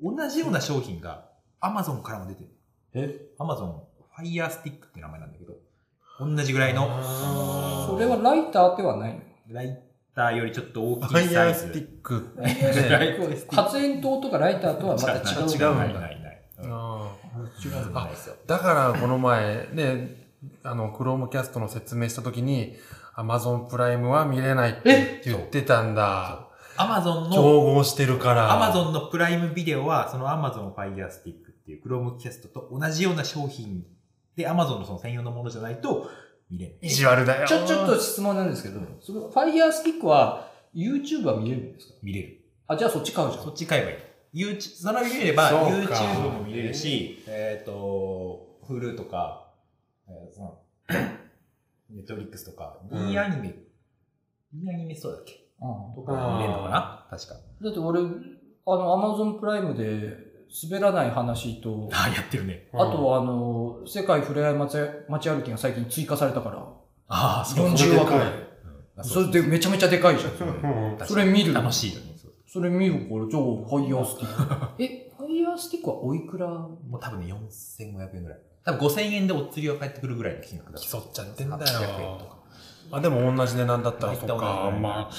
Speaker 3: 同じような商品が Amazon からも出てる。
Speaker 2: え
Speaker 3: Amazon Fire Stick って名前なんだけど、同じぐらいの、
Speaker 1: あー
Speaker 2: それはライターではないの
Speaker 3: ライターよりちょっと大
Speaker 1: フ
Speaker 3: きい
Speaker 1: ァイ
Speaker 3: サ
Speaker 1: ヤー
Speaker 3: イ
Speaker 1: スティ
Speaker 3: ズ。
Speaker 1: ックっ
Speaker 3: ラ
Speaker 1: て。
Speaker 3: イタースティック
Speaker 2: 発煙筒とかライターとはまた違う。
Speaker 1: 違う
Speaker 3: ない
Speaker 1: んだ
Speaker 3: ないない。うん
Speaker 1: あー
Speaker 3: 違うのないですよ。
Speaker 1: だからこの前、ね、あの、クロームキャストの説明したときに、アマゾンプライムは見れないって言ってたんだ。
Speaker 3: Amazon の
Speaker 1: 競合してるから。
Speaker 3: アマゾンのプライムビデオは、そのアマゾンファイヤースティックっていう Chromecast と同じような商品で、アマゾンのその専用のものじゃないと、見れない。
Speaker 1: 意地悪だよ。
Speaker 2: ちょ、ちょっと質問なんですけど、その Fire Stick は YouTube は見れるんですか
Speaker 3: 見れる。
Speaker 2: あ、じゃあそっち買うじゃ
Speaker 3: そ
Speaker 2: ん。
Speaker 3: っち買えばいい。YouTube、それを見れば
Speaker 1: そうか
Speaker 3: YouTube も見れるし、えっ、と、Hulu とか、えー、その、Netflix とか、
Speaker 1: うん
Speaker 3: いいアニメ、いいアニメそうだっけとか
Speaker 1: あー
Speaker 3: 見れるのかな確か。
Speaker 2: だって俺、あの、Amazon プライムで滑らない話と、
Speaker 3: あー、やってるね。
Speaker 2: あとはあの、世界ふれあい街街歩きが最近追加されたから、
Speaker 3: ああ、
Speaker 1: う
Speaker 2: 40話くらい。
Speaker 3: うん
Speaker 2: それでめちゃめちゃでかいじゃん。
Speaker 1: うん
Speaker 2: それ見る
Speaker 3: 楽しいよね。そう
Speaker 2: それ見るから、じゃあ、ファイヤースティッ ク。え、ファイヤースティックはおいくら
Speaker 3: もう多分ね、4500円ぐらい。多分5000円でお釣りが返ってくるぐらいの金額だ
Speaker 1: 競っちゃってんだよ
Speaker 3: 800円とか。
Speaker 1: あ、でも同じ値段だったらそっか
Speaker 3: う。ん
Speaker 1: まあ、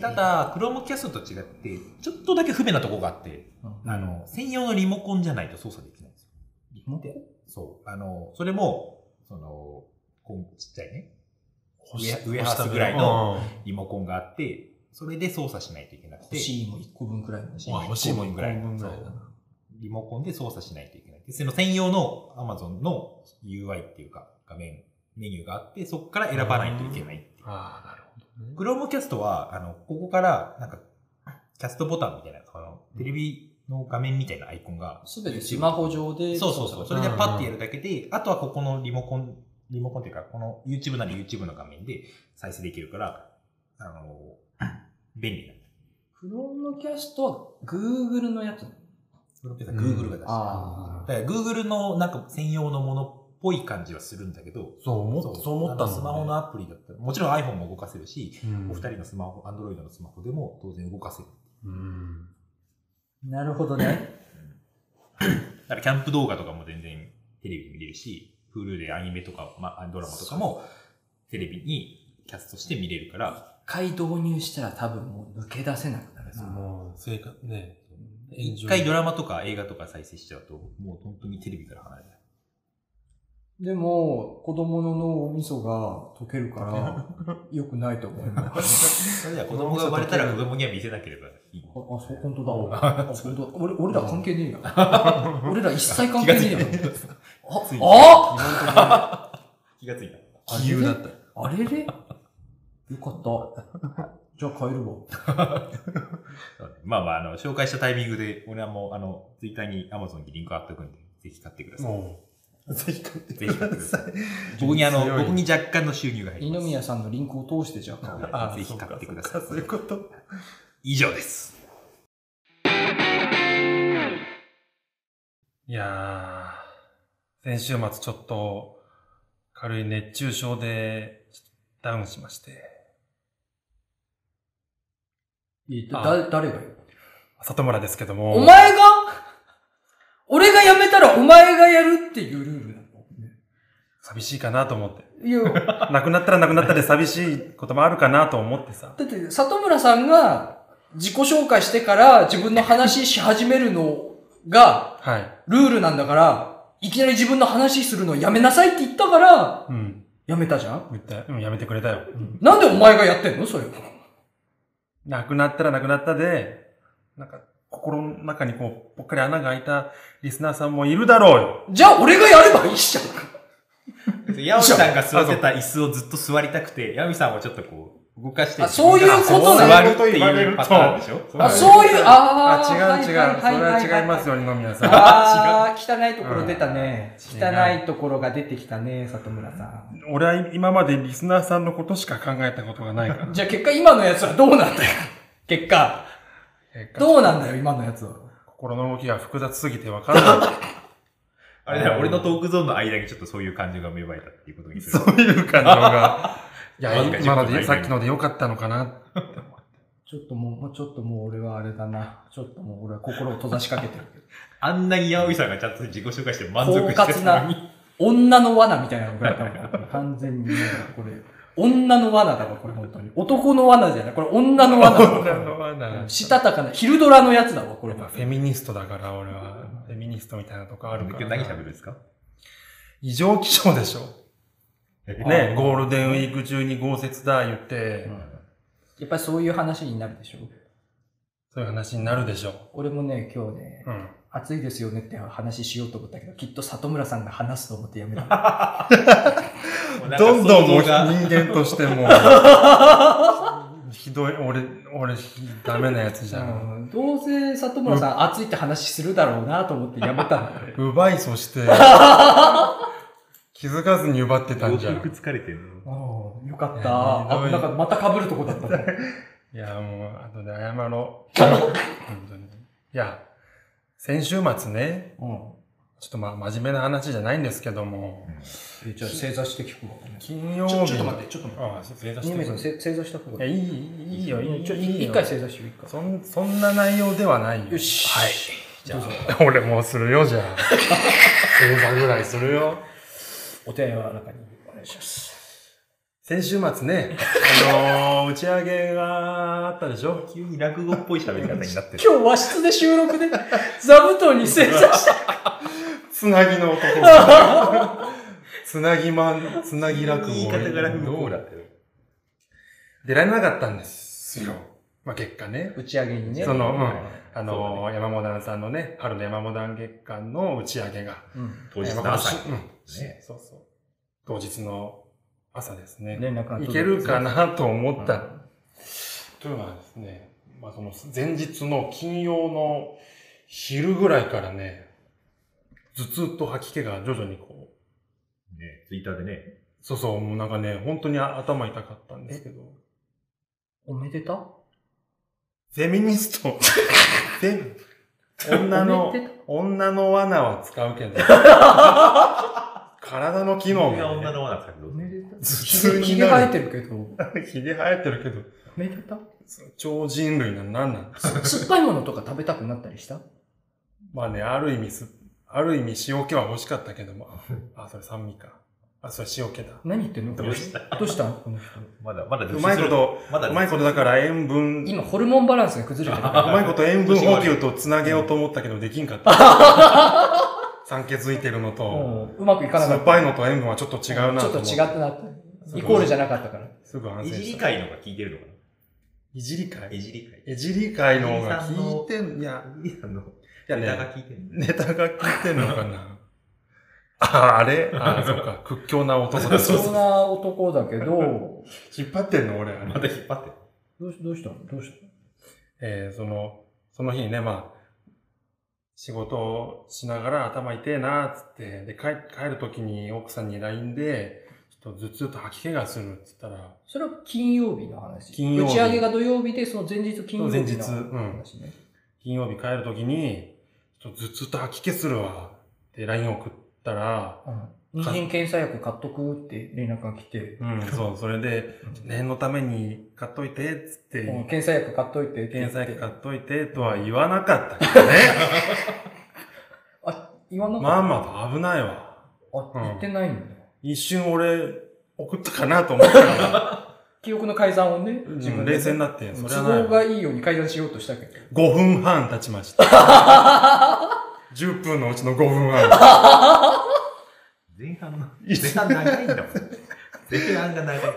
Speaker 3: ただ、クロームキャストと違って、ちょっとだけ不便なとこがあって、
Speaker 2: うん
Speaker 3: あの、専用のリモコンじゃないと操作できないんですよ。
Speaker 2: リモコン
Speaker 3: そう。あの、それも、その、こうちっちゃいね、上上
Speaker 1: 下
Speaker 3: ハースぐらい
Speaker 1: うん
Speaker 3: のリモコンがあって、それで操作しないといけなくて、
Speaker 2: 欲しいも1個分くらいの。
Speaker 1: まあ欲しいもんぐらい
Speaker 3: 欲しいもんぐらい
Speaker 1: そう
Speaker 3: だなリモコンで操作しないといけない。で、その専用の Amazon の UI っていうか、画面、メニューがあって、そこから選ばないといけないっていう。
Speaker 1: ああ、なるほどね。
Speaker 3: クロームキャストは、あの、ここから、なんか、キャストボタンみたいな、あの、テレビの画面みたいなアイコンが。
Speaker 2: すべてスマホ上で。
Speaker 3: そうそうそう。そ
Speaker 2: れ
Speaker 3: れでパッてやるだけで、あとはここのリモコン、リモコンっていうか、この YouTube なら YouTube の画面で再生できるから、あの、便利なんだ。
Speaker 2: クロームキャストは Google のやつ。
Speaker 3: クロームキャストは Google が出してる。
Speaker 2: あ
Speaker 3: だから Google のなんか専用のものっぽい感じはするんだけど、
Speaker 1: そう思っそう思った
Speaker 3: あ
Speaker 1: んだ。
Speaker 3: のスマホのアプリだったら、もちろん iPhone も動かせるし、
Speaker 1: うん、
Speaker 3: お二人のスマホ、Android のスマホでも当然動かせる。
Speaker 1: うん。
Speaker 2: あ。なるほどね。
Speaker 3: だからキャンプ動画とかも全然テレビで見れるし、Hulu でアニメとか、まあ、ドラマとかもテレビにキャストして見れるから、
Speaker 2: 一回導入したら多分もう抜け出せなくなる。
Speaker 1: もう、生活、ね。
Speaker 3: 一回ドラマとか映画とか再生しちゃうと、もう本当にテレビから離れない。
Speaker 2: でも、子供の脳みそが溶ける から、良くないと思います。
Speaker 3: それでは子供が生まれたら子供には見せなければいい。
Speaker 2: あ、あそう、本当だ。あ、本当だ。俺、俺ら関係ねえや。俺ら一切関
Speaker 3: 気が
Speaker 2: 係
Speaker 3: つい
Speaker 2: ねえ
Speaker 3: た
Speaker 2: や。。
Speaker 3: つい
Speaker 2: あ
Speaker 1: あ
Speaker 3: 気がついた。
Speaker 1: 理由だった。
Speaker 2: あれれよかった。じゃあ帰るわ。
Speaker 3: そうねまあまあ、あの、紹介したタイミングで、俺はもう、あの、ツイッターに Amazon にリンク貼っとくんで、ぜひ買ってください。
Speaker 1: もう、ぜひ買って
Speaker 3: ぜひ買ってくださ
Speaker 1: い。
Speaker 3: い。僕にあの
Speaker 1: 強、い
Speaker 3: 僕に若干の収入が入り
Speaker 2: 二
Speaker 3: ます。
Speaker 2: 宮さんのリンクを通してじゃあ買うよ。
Speaker 1: あ
Speaker 3: ぜひ買ってください
Speaker 1: そうかそういうこと。
Speaker 3: 以上です。
Speaker 1: いやー、先週末ちょっと、軽い熱中症で、ダウンしまして、
Speaker 2: え
Speaker 1: あ
Speaker 2: だ、誰がよ
Speaker 1: 里村ですけども。
Speaker 2: お前が俺が辞めたらお前がやるっていうルールな
Speaker 1: 寂しいかなと思って。
Speaker 2: のいや、だ
Speaker 1: 亡くなったら亡くなったで寂しいこともあるかなと思ってさ。
Speaker 2: って里村さんが自己紹介してから自分の話し始めるのが
Speaker 1: はい。
Speaker 2: ルールなんだから、いきなり自分の話するのやめなさいって言ったから、
Speaker 1: うん。
Speaker 2: やめたじゃん
Speaker 1: 言った。うん、やめてくれたよ。うん。
Speaker 2: なんでお前がやってんのそれ。
Speaker 1: 亡くなったら亡くなったで、なんか、心の中にこう、ぽっかり穴が開いたリスナーさんもいるだろうよ。
Speaker 2: じゃあ俺がやればいいじゃんか。
Speaker 3: ヤオミさんが座ってた椅子をずっと座りたくて、ヤオミさんはちょっとこう、動かして、
Speaker 2: あそういうことな
Speaker 3: 座
Speaker 1: の
Speaker 3: るっていうパターンでしょ
Speaker 2: あ、そういう、あ
Speaker 1: あ、
Speaker 2: ー
Speaker 1: 違う違う。それは違います。よ、二宮さん。
Speaker 2: ああ、 汚いところ出たね。
Speaker 1: うん
Speaker 2: 汚いところが出てきたね、里村さん。
Speaker 1: 俺は今までリスナーさんのことしか考えたことがない から。
Speaker 2: じゃあ結果今のやつはどうなんだよ。 結果。どうなんだよ、今のやつは。
Speaker 1: 心の動きが複雑すぎてわからない。
Speaker 3: あれだよ、俺のトークゾーンの間にちょっとそういう感情が芽生えたっていうことにす る
Speaker 1: そ。ういう感情が。いや、
Speaker 3: わずか10
Speaker 1: 今の
Speaker 3: 分
Speaker 1: で、さっきので良かったのかな。
Speaker 2: ちょっともう、もうちょっともう俺はあれだな。ちょっともう俺は心を閉ざしかけてる。
Speaker 3: あんなにヤオミさんがちゃんと自己紹介して満足してたのに。
Speaker 2: 女の罠みたいなのが多分、これ完全に、ね、これ、女の罠だわ、これ本当に。男の罠じゃない。これ女の罠だわこれ
Speaker 1: 罠
Speaker 2: したたかな、昼ドラのやつだわ、これ
Speaker 1: やっぱフェミニストだから、俺は。フェミニストみたいなとこあ
Speaker 3: あ
Speaker 1: る
Speaker 3: の
Speaker 1: か
Speaker 3: 今
Speaker 1: ら。
Speaker 3: 日何喋るんですか
Speaker 1: 異常気象でしょ。
Speaker 3: ね
Speaker 1: ね、ゴールデンウィーク中に豪雪だ言って、
Speaker 2: やっぱりそういう話になるでしょ。
Speaker 1: そういう話になるでしょ。
Speaker 2: 俺もね、今日ね、
Speaker 1: うん。
Speaker 2: 暑いですよねって話しようと思ったけど、きっと里村さんが話すと思ってやめた。
Speaker 3: もうなんか
Speaker 1: どんどんもう
Speaker 3: 想像
Speaker 1: 人
Speaker 3: が
Speaker 1: 間としても、 ひどい、俺、俺、ひダメなやつじゃん。
Speaker 2: うんどうせ里村さん暑いって話するだろうなと思ってやめたの
Speaker 1: 奪い、そして、気づかずに奪ってたんじゃ
Speaker 3: よ く
Speaker 1: ん。
Speaker 3: 疲れてるの。
Speaker 2: ああ、よかっ
Speaker 1: い
Speaker 2: た。
Speaker 1: や
Speaker 2: あ、
Speaker 1: ひど
Speaker 2: なん
Speaker 1: い
Speaker 2: かまた被るとこだったの。
Speaker 1: いや、もう、後で謝ろ う。本当に。いや、先週末ね、
Speaker 2: う
Speaker 1: ちょっとまあ、真面目な話じゃないんですけども、
Speaker 2: ん。えじゃあ正座して聞くわ。
Speaker 1: 金曜
Speaker 2: ち
Speaker 1: 日
Speaker 2: ょ、ちょっと待って、ちょっと待って。
Speaker 1: ああ、正座し
Speaker 2: 二
Speaker 1: て
Speaker 2: 名
Speaker 1: る
Speaker 2: さん、せ正座した方
Speaker 1: い
Speaker 2: が
Speaker 1: や、
Speaker 2: いい。
Speaker 1: いい、いいよ、いい
Speaker 2: ちょ、
Speaker 1: いいよ
Speaker 2: 一回正座してみるか。
Speaker 1: そん、そんな内容ではないよ。
Speaker 2: よし。
Speaker 1: はい。
Speaker 2: じゃあ、
Speaker 1: 俺もうするよ、じゃあ。 正座ぐらいするよ。
Speaker 2: お手柔らかにお願いします。
Speaker 1: 先週末ね、あのー、打ち上げがあったでしょ
Speaker 3: 急に落語っぽい喋り方になってる。
Speaker 2: 今日和室で収録で、 座布団に正座した。
Speaker 1: つなぎの男が。 つなぎまん、つなぎ落語。
Speaker 3: 言い方が落語だったよ。
Speaker 1: 出られなかったんですよ。まあ結果ね。
Speaker 2: 打ち上げにね。
Speaker 1: その、うん。あ
Speaker 3: そ
Speaker 1: のー、山本さんのね、春の山本月間の打ち上げが。
Speaker 2: うん。
Speaker 3: 当日
Speaker 1: 山
Speaker 3: の
Speaker 1: 本
Speaker 3: 朝
Speaker 1: し
Speaker 3: に。
Speaker 1: うん。
Speaker 3: ね
Speaker 1: そうそう。当日の朝ですね。
Speaker 2: 連絡が
Speaker 1: いけるか
Speaker 2: な
Speaker 1: なと思った。というのはですね、まあ、その前日の金曜の昼ぐらいからね、頭痛と吐き気が徐々にこう、
Speaker 3: ね、ツイッターでね、
Speaker 1: そうそう、もうなんかね、本当に頭痛かったんですけど、
Speaker 2: おめでた
Speaker 1: フェミニスト、全女の
Speaker 2: おめでた、
Speaker 1: 女の罠は使うけ ど、体の機能
Speaker 3: みんな女
Speaker 1: が、ね、
Speaker 3: の罠だけど
Speaker 2: お、めでた
Speaker 1: 頭痛
Speaker 2: ひ
Speaker 1: に
Speaker 2: げ生
Speaker 1: な
Speaker 2: え
Speaker 1: る。
Speaker 2: てるけど、お
Speaker 1: ひげ生えてるけど、
Speaker 2: めでた
Speaker 1: 超人類な何なん
Speaker 2: 酸っぱいものとか食べたくなったりした
Speaker 1: まあね、ある意味す、ある意味塩気は欲しかったけども、あ、それ酸味か。あ、それ塩気だ。
Speaker 2: 何言ってんの
Speaker 3: どうした
Speaker 2: どうしたのこの人。
Speaker 3: まだ、まだ
Speaker 1: うまいこと、
Speaker 3: まだ、
Speaker 1: うまいことだから塩分、う
Speaker 2: 今、ホルモンバランスが崩れてるから。
Speaker 1: まいこと塩分補給とつなげようと思ったけどできん かった。酸欠付いてるのと、
Speaker 2: もううまくいかなか
Speaker 1: 酸
Speaker 2: っ。
Speaker 1: ったぱいのと塩分はちょっと違うな
Speaker 2: ち
Speaker 1: と
Speaker 2: ょ
Speaker 1: 思
Speaker 2: っ
Speaker 1: っ
Speaker 2: と
Speaker 1: て。
Speaker 2: 違ったなって。イコールじゃなかったから。
Speaker 1: すぐ反
Speaker 3: い
Speaker 1: 省
Speaker 3: じ
Speaker 1: し
Speaker 3: り
Speaker 1: た。
Speaker 3: 会のが聞いてるのか
Speaker 1: いじり
Speaker 3: なえ
Speaker 1: 会
Speaker 3: じり会。
Speaker 1: えじり会の方が聞いてん、いや、
Speaker 3: あの、
Speaker 1: いや
Speaker 3: ネタが
Speaker 1: ね、
Speaker 3: 聞いてるの。
Speaker 1: ネタが聞いてんのかな。あ、あれあ、そうか。屈強な男だ。
Speaker 2: そんな男だけど、ど
Speaker 1: 引っ張ってんの俺、あれ
Speaker 3: また引っ張ってる。
Speaker 2: うどうしたのどうしたの
Speaker 1: えーその、その日にね、まあ、仕事をしながら頭痛えなっつって、で、帰帰る時に奥さんに LINE で、ちょっと頭痛と吐き気がするっつったら、
Speaker 2: それは金曜日の話。
Speaker 1: 金曜日
Speaker 2: 打ち上げが土曜日で、その前日金曜日の
Speaker 1: そう前日うん
Speaker 2: 話ね。
Speaker 1: 金曜日帰る時に、ちょっと頭痛と吐き気するわって LINE 送ったら、
Speaker 2: うん。妊娠検査薬買っとくって連絡が来て、
Speaker 1: うん、そう、それで、念のために買っといてっつって、
Speaker 2: うん検査薬買っといてって言っ
Speaker 1: 検
Speaker 2: て。
Speaker 1: 査薬買っといてとは言わなかったけどね。
Speaker 2: あ、言わな
Speaker 1: ま
Speaker 2: か
Speaker 1: あ
Speaker 2: っ
Speaker 1: まあ危ないわ。
Speaker 2: た。
Speaker 1: うん
Speaker 2: あ、言ってないんだ。
Speaker 1: 一瞬俺、送ったかなと思ったけど、
Speaker 2: 記憶の改ざんをね、
Speaker 1: 自分冷静に
Speaker 2: な
Speaker 1: なって、それ
Speaker 2: 都
Speaker 1: はない
Speaker 2: 合
Speaker 1: わ。
Speaker 2: がいいように改ざんしようとしたけど。
Speaker 1: 5分半経ちました。10分のうちの5分半。
Speaker 3: 前半の、前半長いんだもん。前半が長いんだよ。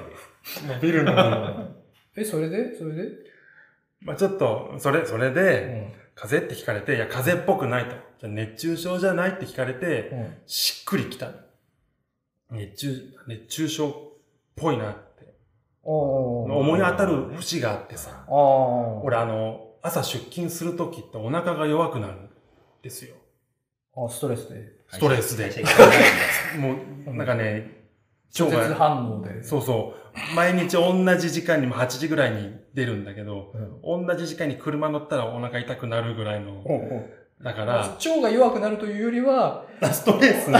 Speaker 1: ビルの。
Speaker 2: え、それでそれで
Speaker 1: まあちょっと、それ、それ
Speaker 2: う
Speaker 1: で、
Speaker 2: ん。
Speaker 1: 風邪って聞かれて、いや、風邪っぽくないと。じゃあ熱中症じゃないって聞かれて、
Speaker 2: うん
Speaker 1: しっくりきた。熱中、熱中症っぽいなって。
Speaker 2: おー
Speaker 1: 思い当たる節があってさ。
Speaker 2: ああ。
Speaker 1: 俺、あの、朝出勤するときってお腹が弱くなるんですよ。
Speaker 2: あ、ストレスで。
Speaker 1: ストレスで
Speaker 3: 会社行かないんだ
Speaker 1: もう、なんかね、腸
Speaker 2: 絶
Speaker 1: が、
Speaker 2: 反応で。
Speaker 1: そうそう、毎日同じ時間にも8時ぐらいに出るんだけど、
Speaker 2: うん。
Speaker 1: 同じ時間に車乗ったらお腹痛くなるぐらいの、だか
Speaker 2: まあ
Speaker 1: ら、
Speaker 2: 腸が弱くなるというよりは、
Speaker 1: ストレスなん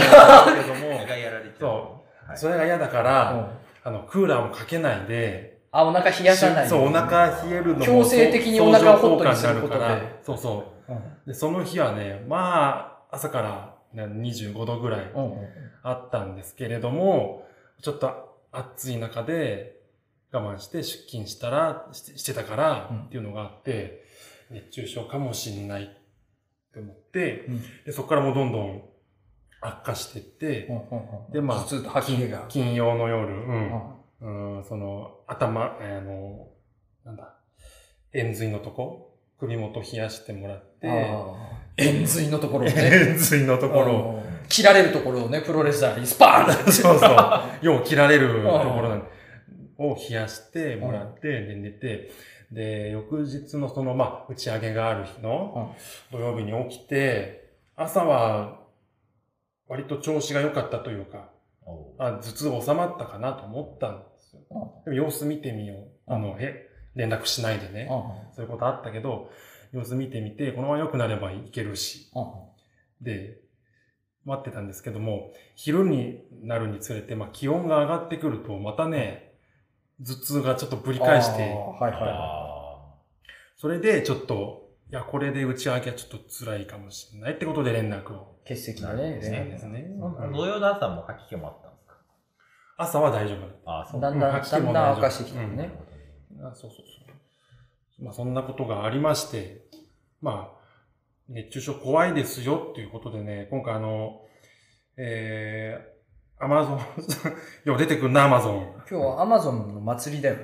Speaker 1: ですけども
Speaker 3: 胃、がやられてる。
Speaker 1: そ
Speaker 3: はい
Speaker 1: それが嫌だか
Speaker 2: う
Speaker 1: ら、
Speaker 2: ん
Speaker 1: あの、クーラーをかけないで、
Speaker 2: あ、お腹冷やさない。
Speaker 1: そう、お腹冷えるのも、
Speaker 2: 強制的にお腹をホットにすること
Speaker 1: 相乗効果
Speaker 2: で
Speaker 1: になからそうそ
Speaker 2: うん。
Speaker 1: う。で、その日はね、まあ、朝からね25度ぐらい
Speaker 2: うん。
Speaker 1: あったんですけれども、ちょっと暑い中で我慢して出勤したら、してしてたから
Speaker 2: うん
Speaker 1: っていうのがあって、熱中症かもしんないって思って、
Speaker 2: うん
Speaker 1: でそこからもうどんどん悪化してって、
Speaker 2: うん。
Speaker 1: でまあ
Speaker 2: 頭痛と吐き気が。
Speaker 1: 金曜の夜、う、
Speaker 2: うんん
Speaker 1: うんその頭、あの、なんだ、円髄のとこ、首元冷やしてもらって、
Speaker 2: 円髄のところをね。
Speaker 1: 円髄のところを、
Speaker 2: あの切られるところをね、プロレスラーにスパーンって。
Speaker 1: そうそう、よう切られるところなんを冷やしてもらって、で、寝て、で、翌日のその、まあ、打ち上げがある日の土曜日に起きて、朝は、割と調子が良かったというか、
Speaker 3: おう
Speaker 1: あ頭痛収まったかなと思ったんですよ。でも様子見てみよう。あの、へ、連絡しないでね。そういうことあったけど、様子見てみて、このまま良くなればいけるし。で、待ってたんですけども、昼になるにつれて、まあ気温が上がってくると、またね、頭痛がちょっとぶり返し
Speaker 2: あ
Speaker 1: て、
Speaker 2: ーはいは
Speaker 3: あ
Speaker 1: それでちょっと、いや、これで打ち上げはちょっと辛いかもしれないってことで連絡を。
Speaker 2: い。欠席だね。
Speaker 1: そう
Speaker 3: ね
Speaker 1: ですね
Speaker 3: ーあの土曜の朝も吐き気もあったんですか
Speaker 1: 朝は大丈夫だった。
Speaker 3: ああ、そう
Speaker 2: だんだん、だんだん明かしてきて
Speaker 1: うん
Speaker 2: ね。
Speaker 1: あそうそうそう。まあそんなことがありまして、まあ、熱中症怖いですよっていうことでね、今回あの、えー、アマゾン、 よう出てくんな、アマゾン。
Speaker 2: 今日はアマゾンの祭 りだよ。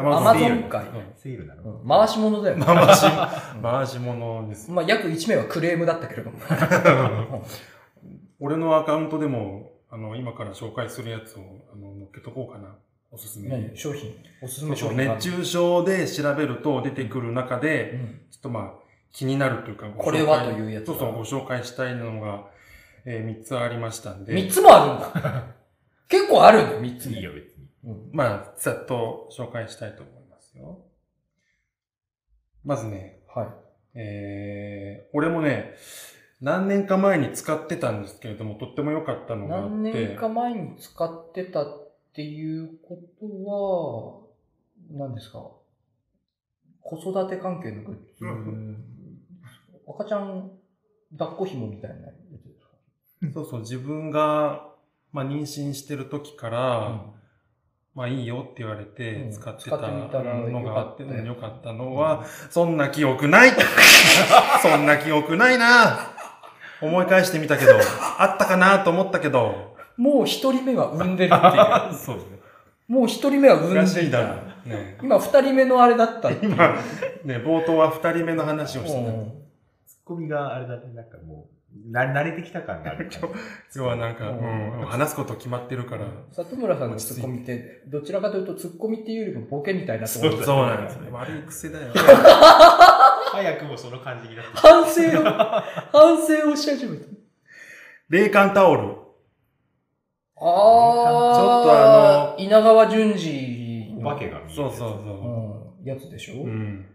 Speaker 1: ア
Speaker 2: ア
Speaker 3: マ
Speaker 2: マ
Speaker 3: ゾ
Speaker 2: ゾ
Speaker 3: ン
Speaker 2: ン
Speaker 3: 会
Speaker 2: 会。
Speaker 3: セールなの、
Speaker 2: うん回し物だよ。
Speaker 1: うん回し、回し物です。
Speaker 2: まあ、約1名はクレームだったけれども。
Speaker 1: 俺のアカウントでも、あの、今から紹介するやつを、あの、乗っけとこうかな。おすすめに
Speaker 2: 何。商品。おすす
Speaker 1: そ
Speaker 2: め
Speaker 1: う
Speaker 2: 商
Speaker 1: そう
Speaker 2: 品。
Speaker 1: 熱中症で調べると出てくる中
Speaker 2: う
Speaker 1: で、
Speaker 2: ん
Speaker 1: ちょっとまあ、気になるというか、
Speaker 2: これはというやつ。
Speaker 1: そうそう、ご紹介したいのが、え3つありましたんで。
Speaker 2: 3つもあるんだ。 結構あるんだよ、3つ
Speaker 3: いい
Speaker 2: に。
Speaker 3: よ、別に。
Speaker 2: うん
Speaker 1: まあ、ざっと紹介したいと思いますよ。まずね、
Speaker 2: はい。
Speaker 1: えー、俺もね、何年か前に使ってたんですけれども、とっても良かったのがあって。
Speaker 2: 何年か前に使ってたっていうことは、何ですか子育て関係のグッズ、
Speaker 1: うん
Speaker 2: 赤ちゃん抱っこ紐みたいなやつですか、
Speaker 1: そうそう、自分が、まあ、妊娠してる時から、
Speaker 2: うん
Speaker 1: まあいいよって言われて
Speaker 2: うん
Speaker 1: 使ってた
Speaker 2: 使ってみたら
Speaker 1: のがあって、
Speaker 2: よかったよ
Speaker 1: うん良かったのは、そんな記憶ない そんな記憶ないな思い返してみたけど、あったかなと思ったけ ど、
Speaker 2: もう一人目は産んでるって
Speaker 1: そうね。
Speaker 2: いう。もう一人目は産
Speaker 1: ら
Speaker 2: ん
Speaker 1: し
Speaker 2: で
Speaker 1: い
Speaker 2: い
Speaker 1: だ
Speaker 2: た
Speaker 1: ろ。う。ね
Speaker 2: 今二人目のあれだったっていう。
Speaker 1: 今、ね、冒頭は二人目の話をしてた。
Speaker 2: うん
Speaker 3: ツッコミがあれだね、なんかもう、な慣れてきた感がある感じ。
Speaker 1: 今日はなんか、
Speaker 2: う
Speaker 1: うん
Speaker 2: ん
Speaker 1: 話すこと決まってるから。
Speaker 2: 里村さんのツッコミって、どちらかというとツッコミっていうよりもボケみたいなとこ
Speaker 3: そ
Speaker 2: ろ
Speaker 3: うだ
Speaker 1: そうなんですね。悪い癖だよ。
Speaker 3: 早くもその感じになってきた。
Speaker 2: 反省を、反省をし始 めた。
Speaker 1: 冷感タオル。
Speaker 2: ああ、
Speaker 1: ちょっとあ
Speaker 2: の、稲川淳二
Speaker 3: お
Speaker 2: の、
Speaker 3: 化けが見える。
Speaker 1: そうそう
Speaker 2: う
Speaker 1: そ
Speaker 2: ん、やつでしょ、
Speaker 1: う。うん。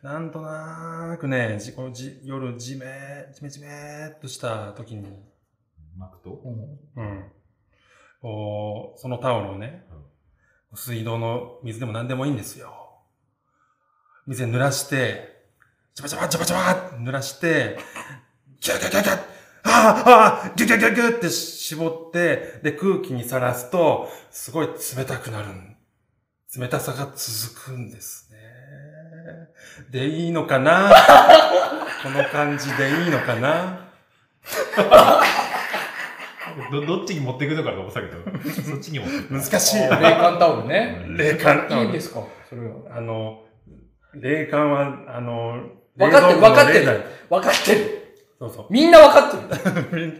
Speaker 1: なんとなーくね、じこのじ夜、じめ、じめじめーっとした時に、
Speaker 3: 巻くと
Speaker 2: うん
Speaker 1: うん。こう、そのタオルをね、水道の水でも何でもいいんですよ。水で濡らして、ジャバジャバジャバジャバって濡らして、ギャギャギャギャあーあーギュギュギュギュって絞って、で、空気にさらすと、すごい冷たくなるん。冷たさが続くんですね。で、いいのか なこの感じでいいのかな
Speaker 3: ど、どっちに持っていくのかと思ってたけど、そっちに持ってい く。
Speaker 1: 難
Speaker 3: し
Speaker 1: しい
Speaker 2: あー
Speaker 1: な。
Speaker 2: 冷感タオルね。
Speaker 1: 冷感タオ
Speaker 2: い
Speaker 1: ル
Speaker 2: いんですかそれは。
Speaker 1: あの、霊感は、あの、
Speaker 2: 分かってる、分かっ
Speaker 1: 冷蔵庫の
Speaker 2: て
Speaker 1: 霊
Speaker 2: る
Speaker 1: だ。
Speaker 2: 分かってる。
Speaker 1: そう そ
Speaker 2: みんな分かってる。
Speaker 1: う。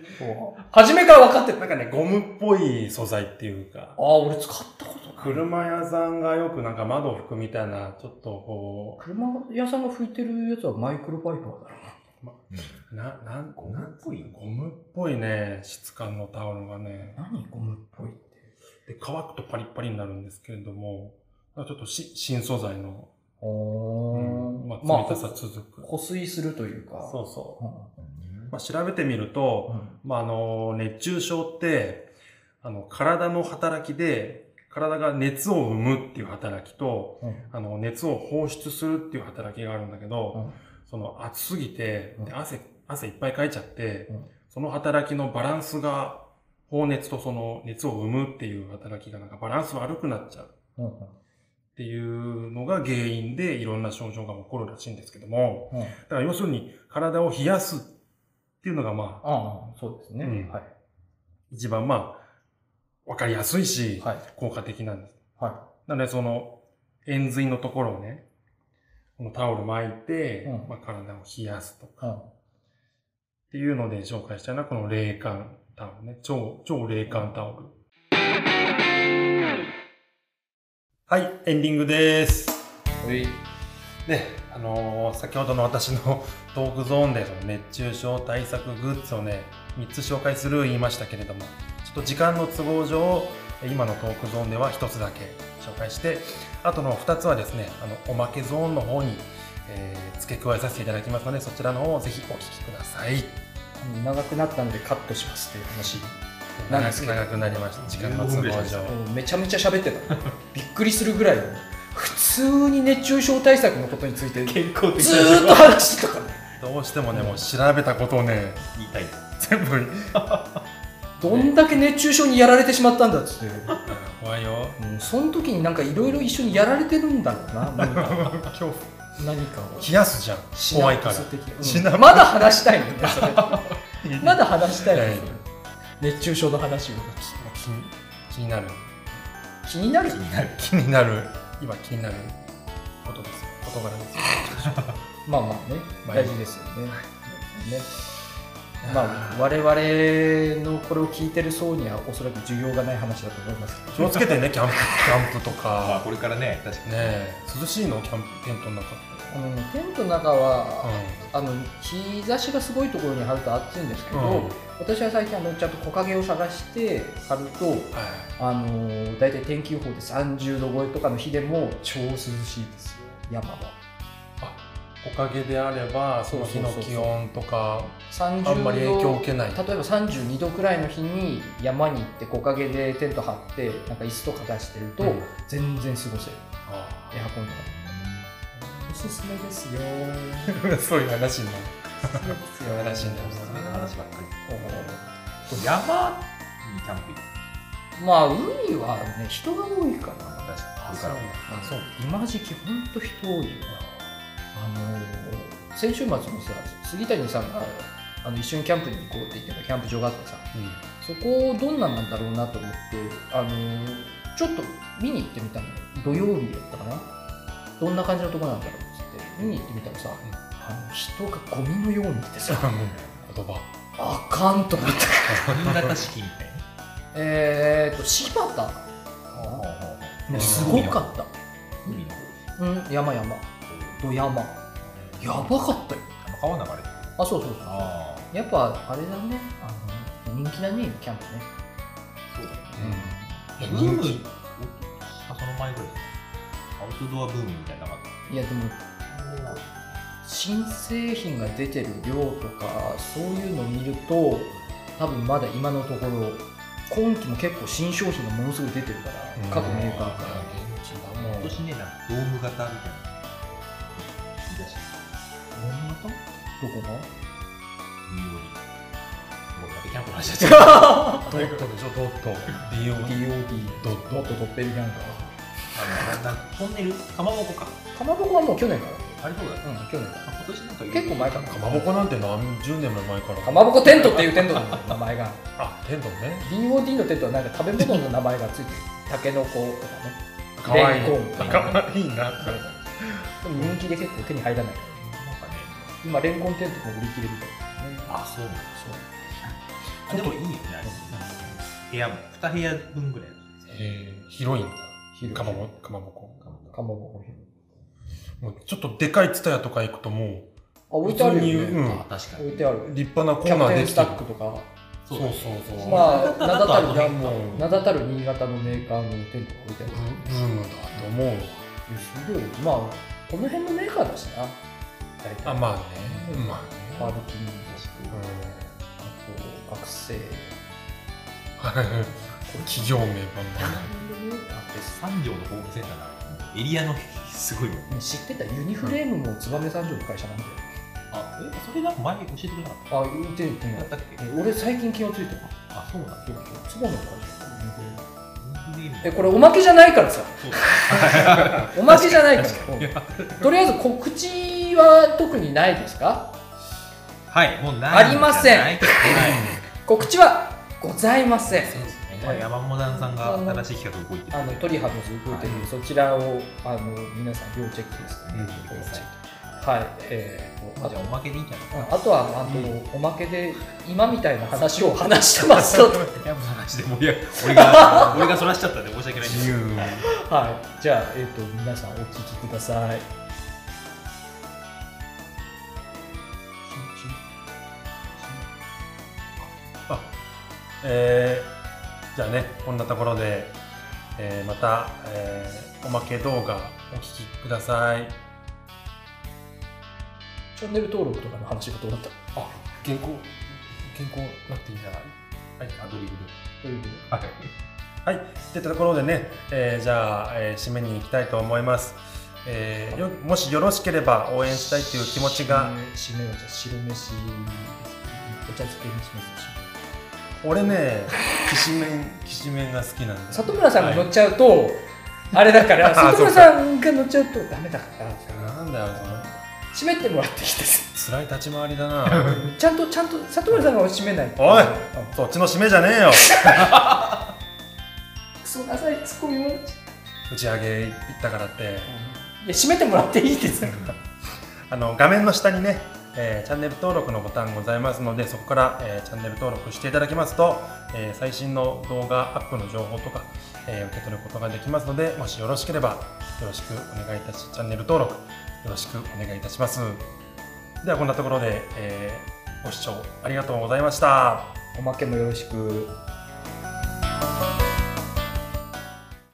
Speaker 2: 初めから分かってる。
Speaker 1: なんかね、ゴムっぽい素材っていうか
Speaker 2: あ、あ、俺使ったことない。
Speaker 1: 車屋さんがよくなんか窓を拭くみたいな、ちょっとこ
Speaker 2: 車屋さんが拭いてるやつはマイクロファイバーだろ。
Speaker 1: う、な、なん、
Speaker 3: ゴムっぽい
Speaker 1: ゴムっぽいね、質感のタオルがね。
Speaker 2: 何ゴムっぽいって。
Speaker 1: で、乾くとパリッパリになるんですけれども、ちょっとし新素材の、
Speaker 2: お
Speaker 1: うんま
Speaker 2: ま
Speaker 1: あ、冷
Speaker 2: あ、
Speaker 1: たさ
Speaker 2: 保
Speaker 1: 続く。
Speaker 2: 水するというか。
Speaker 1: そうそう。
Speaker 2: う
Speaker 1: まあ、調べてみると、
Speaker 2: ん。
Speaker 1: まあ、あの、熱中症って、あの、体の働きで、体が熱を生むっていう働きと、
Speaker 2: うん
Speaker 1: あの、熱を放出するっていう働きがあるんだけど、
Speaker 2: うん
Speaker 1: その暑すぎて、
Speaker 2: うん
Speaker 1: で汗、汗いっぱいかいちゃって、
Speaker 2: うん
Speaker 1: その働きのバランスが、放熱とその熱を生むっていう働きがなんかバランス悪くなっちゃう
Speaker 2: うん
Speaker 1: っていうのが原因でいろんな症状が起こるらしいんですけども、
Speaker 2: うん
Speaker 1: だから要するに体を冷やすっていうのがまあ、
Speaker 2: ああ、そうですね。
Speaker 1: うん
Speaker 2: はい。
Speaker 1: 一番まあ、わかりやすいし、
Speaker 2: はい。
Speaker 1: 効果的なんです。
Speaker 2: は
Speaker 1: なので、その、円髄のところをね、このタオル巻いて、
Speaker 2: うん
Speaker 1: まあ、体を冷やすとか、
Speaker 2: うん
Speaker 1: っていうので紹介したいのは、この冷感タオルね。超、超冷感タオル。はい、エンディングです。
Speaker 2: はい
Speaker 1: ね、あのー先ほどの私のトークゾーンでその熱中症対策グッズをね3つ紹介する言いましたけれどもちょっと時間の都合上え今のトークゾーンでは1つだけ紹介してあとの2つはですねあのおまけゾーンの方に、えー付け加えさせていただきますのでそちらの方をぜひお聞きください
Speaker 2: 長くなったんでカットしますっていう話、なんで
Speaker 1: 長
Speaker 2: す
Speaker 1: く
Speaker 2: けど
Speaker 1: 長くなりました時間の都合上
Speaker 2: うんめちゃめちゃ喋ってたびっくりするぐらい普通に熱中症対策のことについてず
Speaker 3: 健康的
Speaker 2: ーっと話してたから
Speaker 1: どうしてもねもう調べたことをね
Speaker 3: 言いたい。
Speaker 1: 全部
Speaker 2: どんだけ熱中症にやられてしまったんだっつって
Speaker 1: 怖い よ
Speaker 2: もうその時になんかいろいろ一緒にやられてるんだろ うな何か
Speaker 1: 恐怖
Speaker 2: 何かを
Speaker 1: 冷やすじゃん
Speaker 2: シ
Speaker 1: 怖
Speaker 2: ナ
Speaker 1: いか
Speaker 2: プ
Speaker 1: ら
Speaker 2: ス的
Speaker 1: シ
Speaker 2: う
Speaker 1: ナプ
Speaker 2: んまだ話したいのねそ れまだ話したいのね熱中症の話を
Speaker 1: 気に気になる
Speaker 2: 気になる
Speaker 1: 気になる今気になることですよ事柄ですよ
Speaker 2: まあまあね
Speaker 1: まあ
Speaker 2: 大事ですよねねまあ
Speaker 1: あ
Speaker 2: 我々のこれを聞いてる層にはおそらく需要がない話だと思いますけ
Speaker 1: ー
Speaker 2: ど
Speaker 1: 気をつけてねキャンプキャンプと
Speaker 3: まあ、
Speaker 1: か
Speaker 3: これからね、確か
Speaker 1: ねえ涼しいのキャンプテントの中って
Speaker 2: あのテントの中
Speaker 1: う
Speaker 2: は、
Speaker 1: ん
Speaker 2: あの日差しがすごいところに張ると暑いんですけど、
Speaker 1: うん
Speaker 2: 私は最近あのちゃんと木陰を探して張ると
Speaker 1: はい
Speaker 2: あのー大体天気予報で30度超えとかの日でも超涼しいですよ山は
Speaker 1: おかげであればその日の気温とか
Speaker 2: 30度
Speaker 1: あんまり影響を受けない
Speaker 2: 例えば32度くらいの日に山に行って木陰でテント張ってなんか椅子とか出してると
Speaker 1: うん
Speaker 2: 全然過ごせる、
Speaker 1: あ
Speaker 2: エアコンとかおすすめです よ
Speaker 1: ーそういう話になる
Speaker 2: そう
Speaker 1: いう話になります
Speaker 3: に。話ばっかり。山にキャンプ行く。
Speaker 2: まあ海はね人が多いかな
Speaker 3: 確かに。これ
Speaker 1: そう
Speaker 3: から。
Speaker 2: あそう今時期ほんと人多いよなあのー先週末もさ杉谷さんがあの一緒にキャンプに行こうって言ってたキャンプ場があってさ
Speaker 1: うん
Speaker 2: そこどんなんなんだろうなと思ってあのーちょっと見に行ってみたのよ土曜日だったかなどんな感じのとこなんだろうっつって見に行ってみたらさ、
Speaker 1: ん
Speaker 2: あの人がゴミのようにいてさ
Speaker 1: 言葉
Speaker 2: あかんと思った
Speaker 3: 新潟式みたい
Speaker 2: えーっと柴田かな
Speaker 3: な。
Speaker 2: すごかった
Speaker 3: 海の方。
Speaker 2: うん山山土山やばかったよ
Speaker 3: 川流れてる。
Speaker 2: あそうそうそう
Speaker 3: ああ。
Speaker 2: やっぱあれだねあの人気だねキャンプね
Speaker 3: そうだよね。
Speaker 1: うん
Speaker 3: ブーム、あその前ぐらいだねアウトドアブームみたいなのがあっ
Speaker 2: いやでも新製品が出てる量とかそういうのを見ると多分まだ今のところ今期も結構新商品がものすごい出てるから
Speaker 1: うん
Speaker 2: 各メーカーか
Speaker 1: あ
Speaker 2: ら
Speaker 1: ー
Speaker 3: た
Speaker 1: も
Speaker 3: 今
Speaker 1: う
Speaker 3: 年ね、なんかドーム型みたいな。引き出し、
Speaker 2: どこが
Speaker 3: ニオリ。もうまたキャンプの話しちゃっ
Speaker 1: ドットでしょドット DOD
Speaker 2: DOD
Speaker 1: ドット
Speaker 2: もっとドッペルギャンガー
Speaker 3: た。あの、なんかトンネルかまぼこか。
Speaker 2: かまぼこはもう去年か
Speaker 3: あれそうだね。
Speaker 2: らうん去年から
Speaker 3: あ今年なんか
Speaker 2: 結構前かな
Speaker 1: かまぼこなんて何十年も前から
Speaker 2: かまぼこテントっていうテントなんだよ名前が
Speaker 1: あテントね
Speaker 2: DOD のテントはなんか食べ物の名前がついてるたけのこと
Speaker 1: か
Speaker 2: か
Speaker 1: わい
Speaker 2: ね
Speaker 1: い
Speaker 2: レンコンとかね
Speaker 1: かわいいな
Speaker 2: でも人気で結構手に入らないから
Speaker 3: なんかね。
Speaker 2: 今レンコンテントも売り切れみたいなね
Speaker 3: あ、そうなんだ。
Speaker 2: そう
Speaker 3: あでもいいよね、あれ。部屋も、2部屋分ぐらいある。
Speaker 1: えー広いんだ
Speaker 2: 広い
Speaker 1: かまぼかまぼこ
Speaker 2: かまぼこ広い
Speaker 1: もうちょっとでかいツタヤとか行くとも
Speaker 2: あ置いてあるよ
Speaker 1: 普通にう
Speaker 2: ね
Speaker 1: ん
Speaker 3: あ、確か
Speaker 2: 置い
Speaker 3: に。
Speaker 2: てある
Speaker 1: う立派なコ
Speaker 2: キャ
Speaker 1: ーナ
Speaker 2: プ
Speaker 1: ー
Speaker 2: テ
Speaker 1: で
Speaker 2: ン
Speaker 1: き
Speaker 2: ス
Speaker 1: て
Speaker 2: タ
Speaker 1: る
Speaker 2: ックとか
Speaker 1: そう
Speaker 3: だ
Speaker 1: そう
Speaker 3: ね
Speaker 1: そう
Speaker 2: まあ名
Speaker 3: 新潟
Speaker 2: だ
Speaker 3: だと
Speaker 2: た
Speaker 3: あの
Speaker 2: る
Speaker 3: 辺
Speaker 2: もう名だたる新潟のメーカーのテントが置いてある
Speaker 1: ブブームだと思う
Speaker 2: いやすごいまあこの辺のメーカーだしな大体
Speaker 1: あまあねまあ
Speaker 2: パ
Speaker 1: ね
Speaker 2: ルキングだしあと学生
Speaker 1: うん企業名バンバン
Speaker 3: だって三条のホームセンターなエリアのすごいもん。
Speaker 2: 知ってたユニフレームも燕三条の会社なんだよ
Speaker 3: あ、え、それなんか前に教えてくれなかっ
Speaker 2: あ言ってる言って
Speaker 3: た。
Speaker 2: な
Speaker 3: や
Speaker 2: い
Speaker 3: ったっけ
Speaker 2: え俺最近気がついたわ
Speaker 3: あ、そうなんだ。
Speaker 2: 燕の会社え
Speaker 3: え、
Speaker 2: これおまけじゃないからさ
Speaker 3: そう
Speaker 2: おまけじゃないからうんとりあえず告知は特にないですか
Speaker 3: はい、もうない
Speaker 2: ありません
Speaker 3: はい。
Speaker 2: 告知はございません
Speaker 3: そうですね
Speaker 2: ね。
Speaker 3: まあ、山本さんが新しい企画動いてる
Speaker 2: あのトリハのズーてるそちらをあの皆さん要チェックですね。
Speaker 3: 見てみてください
Speaker 2: はい。えーと
Speaker 3: あじゃあおまけでいいんじゃない
Speaker 2: あとは、あの、おまけで、今みたいな話を話して ますと。
Speaker 3: 山本の話で盛り上が俺が俺がそらしちゃったんで申し訳ないんです
Speaker 1: 自
Speaker 3: けど
Speaker 1: 由
Speaker 2: はい。じゃあ、えっ、と、皆さんお聞きください。
Speaker 1: あえーじゃあねこんなところで、えーまた、えーおまけ動画お聞きください
Speaker 2: チャンネル登録とかの話がどうだった
Speaker 3: あ原稿原稿なくていいんじゃないはいアドリブで
Speaker 2: ということで
Speaker 3: はい
Speaker 1: はい、といったところでね、えーじゃあ、えー締めに行きたいと思います、えーよもしよろしければ応援したいという気持ちが、
Speaker 2: 締めはじゃあ白飯ですねお茶漬けにします
Speaker 1: 俺ねきしめんきしめんが好きなんです
Speaker 2: 里村さんが乗っちゃうと、あれだから
Speaker 1: あ
Speaker 2: 里村さんが乗っちゃうとダメだから
Speaker 1: なんだよ
Speaker 2: 締めてもらっていいです
Speaker 1: その辛い立ち回りだな
Speaker 2: ちゃんとちゃんと里村さんが締めないと
Speaker 1: おい
Speaker 2: うん
Speaker 1: そっちの締めじゃねえよ
Speaker 2: クソ浅いツッコミもいや
Speaker 1: 打ち上げ行ったからって
Speaker 2: 締めてもらっていいです
Speaker 1: あの画面の下にね、えーチャンネル登録のボタンございますのでそこから、えーチャンネル登録していただきますと、えー最新の動画アップの情報とか、えー受け取ることができますのでもしよろしければよろしくお願いいたしチャンネル登録よろしくお願いいたしますではこんなところで、えーご視聴ありがとうございました
Speaker 2: おまけもよろしく
Speaker 1: 「